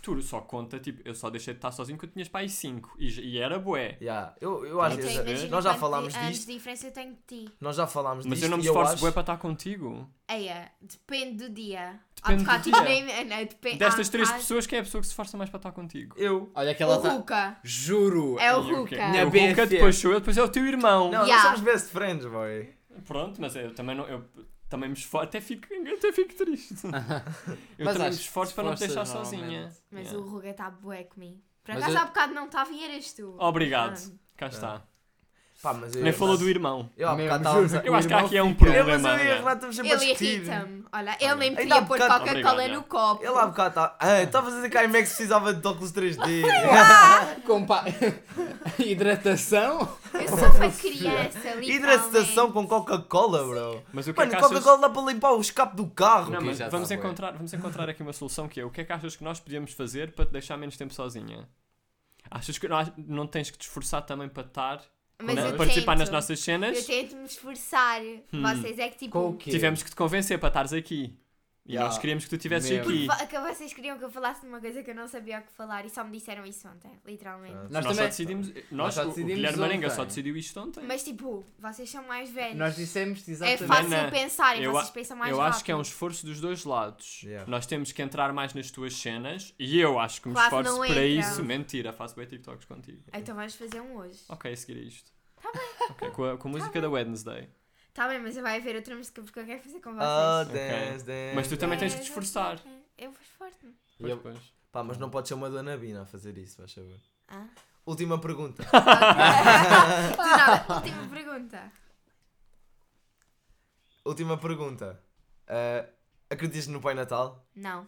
S7: Tu só conta, tipo, eu só deixei de estar sozinho quando tinhas pai 5. E, j- e era bué.
S5: Yeah. Eu, eu acho
S7: Então,
S5: que-
S7: imagina
S5: nós já falámos
S4: anos
S5: disto.
S4: de diferença eu tenho de ti.
S5: Nós já falámos
S7: Mas
S5: disto.
S7: eu não me
S5: e
S7: esforço
S5: acho-
S7: bué para estar contigo.
S4: Eia, depende do dia.
S7: Depende
S4: Há
S7: do
S4: bocado
S7: dia.
S4: tipo, nem- não, depende-
S7: Destas
S4: há-
S7: três
S4: há-
S7: pessoas, quem é a pessoa que se esforça mais para estar contigo?
S5: Eu.
S6: Olha que
S4: O
S6: ela
S5: Uh!
S6: tá.
S4: Ruka.
S6: Juro!
S4: É o
S7: E o quê?
S4: Ruka.
S6: Minha
S7: O
S6: BFF.
S7: Ruka, depois sou eu, depois é o teu irmão.
S5: Não,
S4: Yeah.
S5: nós somos best friends, boy.
S7: Pronto, mas eu também não. Eu também me esforço. Até fico, até fico triste. eu
S6: Mas
S7: também me
S6: acho que
S7: esforço para não te deixar
S6: esforças
S7: sozinha.
S6: normalmente.
S4: Mas
S7: Yeah.
S4: o Ruga está bué comigo. Por
S6: Mas
S4: acaso
S6: eu-
S4: há bocado não tá estava e eras tu.
S7: Obrigado.
S4: Ah.
S7: Cá está.
S5: Pá, mas eu
S7: Nem
S5: e o
S7: falou do
S5: Renato-
S7: irmão.
S5: Eu há
S6: Mesmo,
S5: bocado estávamos a-
S6: juro.
S7: Eu
S6: O
S7: acho que
S6: irmão
S7: aqui é um
S6: fica-
S5: Eu, mas
S7: problema.
S5: eu e o
S7: mano.
S5: Renato estamos sempre a
S4: Ele
S5: discutir.
S4: irrita-me. Olha, ele nem
S5: Ainda
S4: podia
S5: há
S4: pôr
S5: bocado-
S4: Coca-Cola
S7: Obrigado,
S4: no copo.
S5: Ele há bocado está. Ah, estavas a dizer que a IMAX precisava de óculos 3D.
S6: Compa... Hidratação?
S4: Eu sou uma criança, literalmente.
S5: Hidratação com Coca-Cola, bro.
S7: Mas o que é
S5: Mano,
S7: que achas...
S5: Coca-Cola dá para limpar o escape do carro.
S7: Não,
S6: Ok,
S7: mas
S6: já
S7: vamos,
S6: tá bem.
S7: encontrar, vamos encontrar aqui uma solução que é o que é que achas que nós podíamos fazer para te deixar menos tempo sozinha? Achas que não, ach- não tens que te esforçar também para estar,
S4: Mas
S7: não,
S4: eu
S7: participar
S4: tento.
S7: nas nossas Hum.
S4: Eu
S7: cenas?
S4: tento me esforçar. Vocês é que tipo.
S6: Com o quê?
S7: Tivemos que te convencer para estares aqui. E
S6: Yeah.
S7: nós queríamos que tu estivesses
S6: Mesmo.
S7: aqui.
S4: Va- que vocês queriam que eu falasse de uma coisa que eu não sabia o que falar e só me disseram isso ontem, literalmente.
S7: Ah, Nós,
S6: Nós também.
S7: só decidimos. eh, Nós,
S6: Nós só
S7: o-
S6: decidimos
S7: o Guilherme Marenga
S6: ontem.
S7: só decidiu isto ontem.
S4: Mas tipo, vocês são mais velhos.
S6: Nós dissemos
S4: é
S6: exatamente.
S4: fácil
S7: Ana,
S4: pensar e
S7: eu
S4: vocês
S7: a-
S4: pensam mais
S7: eu
S4: rápido.
S7: acho que é um esforço dos dois lados.
S5: Yeah.
S7: Nós temos que entrar mais nas tuas cenas e eu acho que me
S4: Quase
S7: esforço
S4: não
S7: para
S4: entra.
S7: isso. Mentira, faço bem TikToks contigo.
S4: Então vamos fazer um hoje.
S7: Ok, a seguir é isto. Tá bem. com a, com a música da Wednesday.
S4: Tá bem, mas vai haver outra música porque eu quero fazer com vocês.
S5: Oh,
S7: Ok.
S5: dance, dance.
S7: Mas tu também tens que
S4: É,
S7: te esforçar.
S4: Eu vou esforço-me.
S6: E eu-
S7: Pois, pois.
S5: Pá, mas não pode ser uma dona Bina a fazer isso, vais saber.
S4: Ah.
S5: Última pergunta.
S4: Do nada, última pergunta.
S5: Última pergunta. Ah, acreditas no Pai Natal?
S4: Não.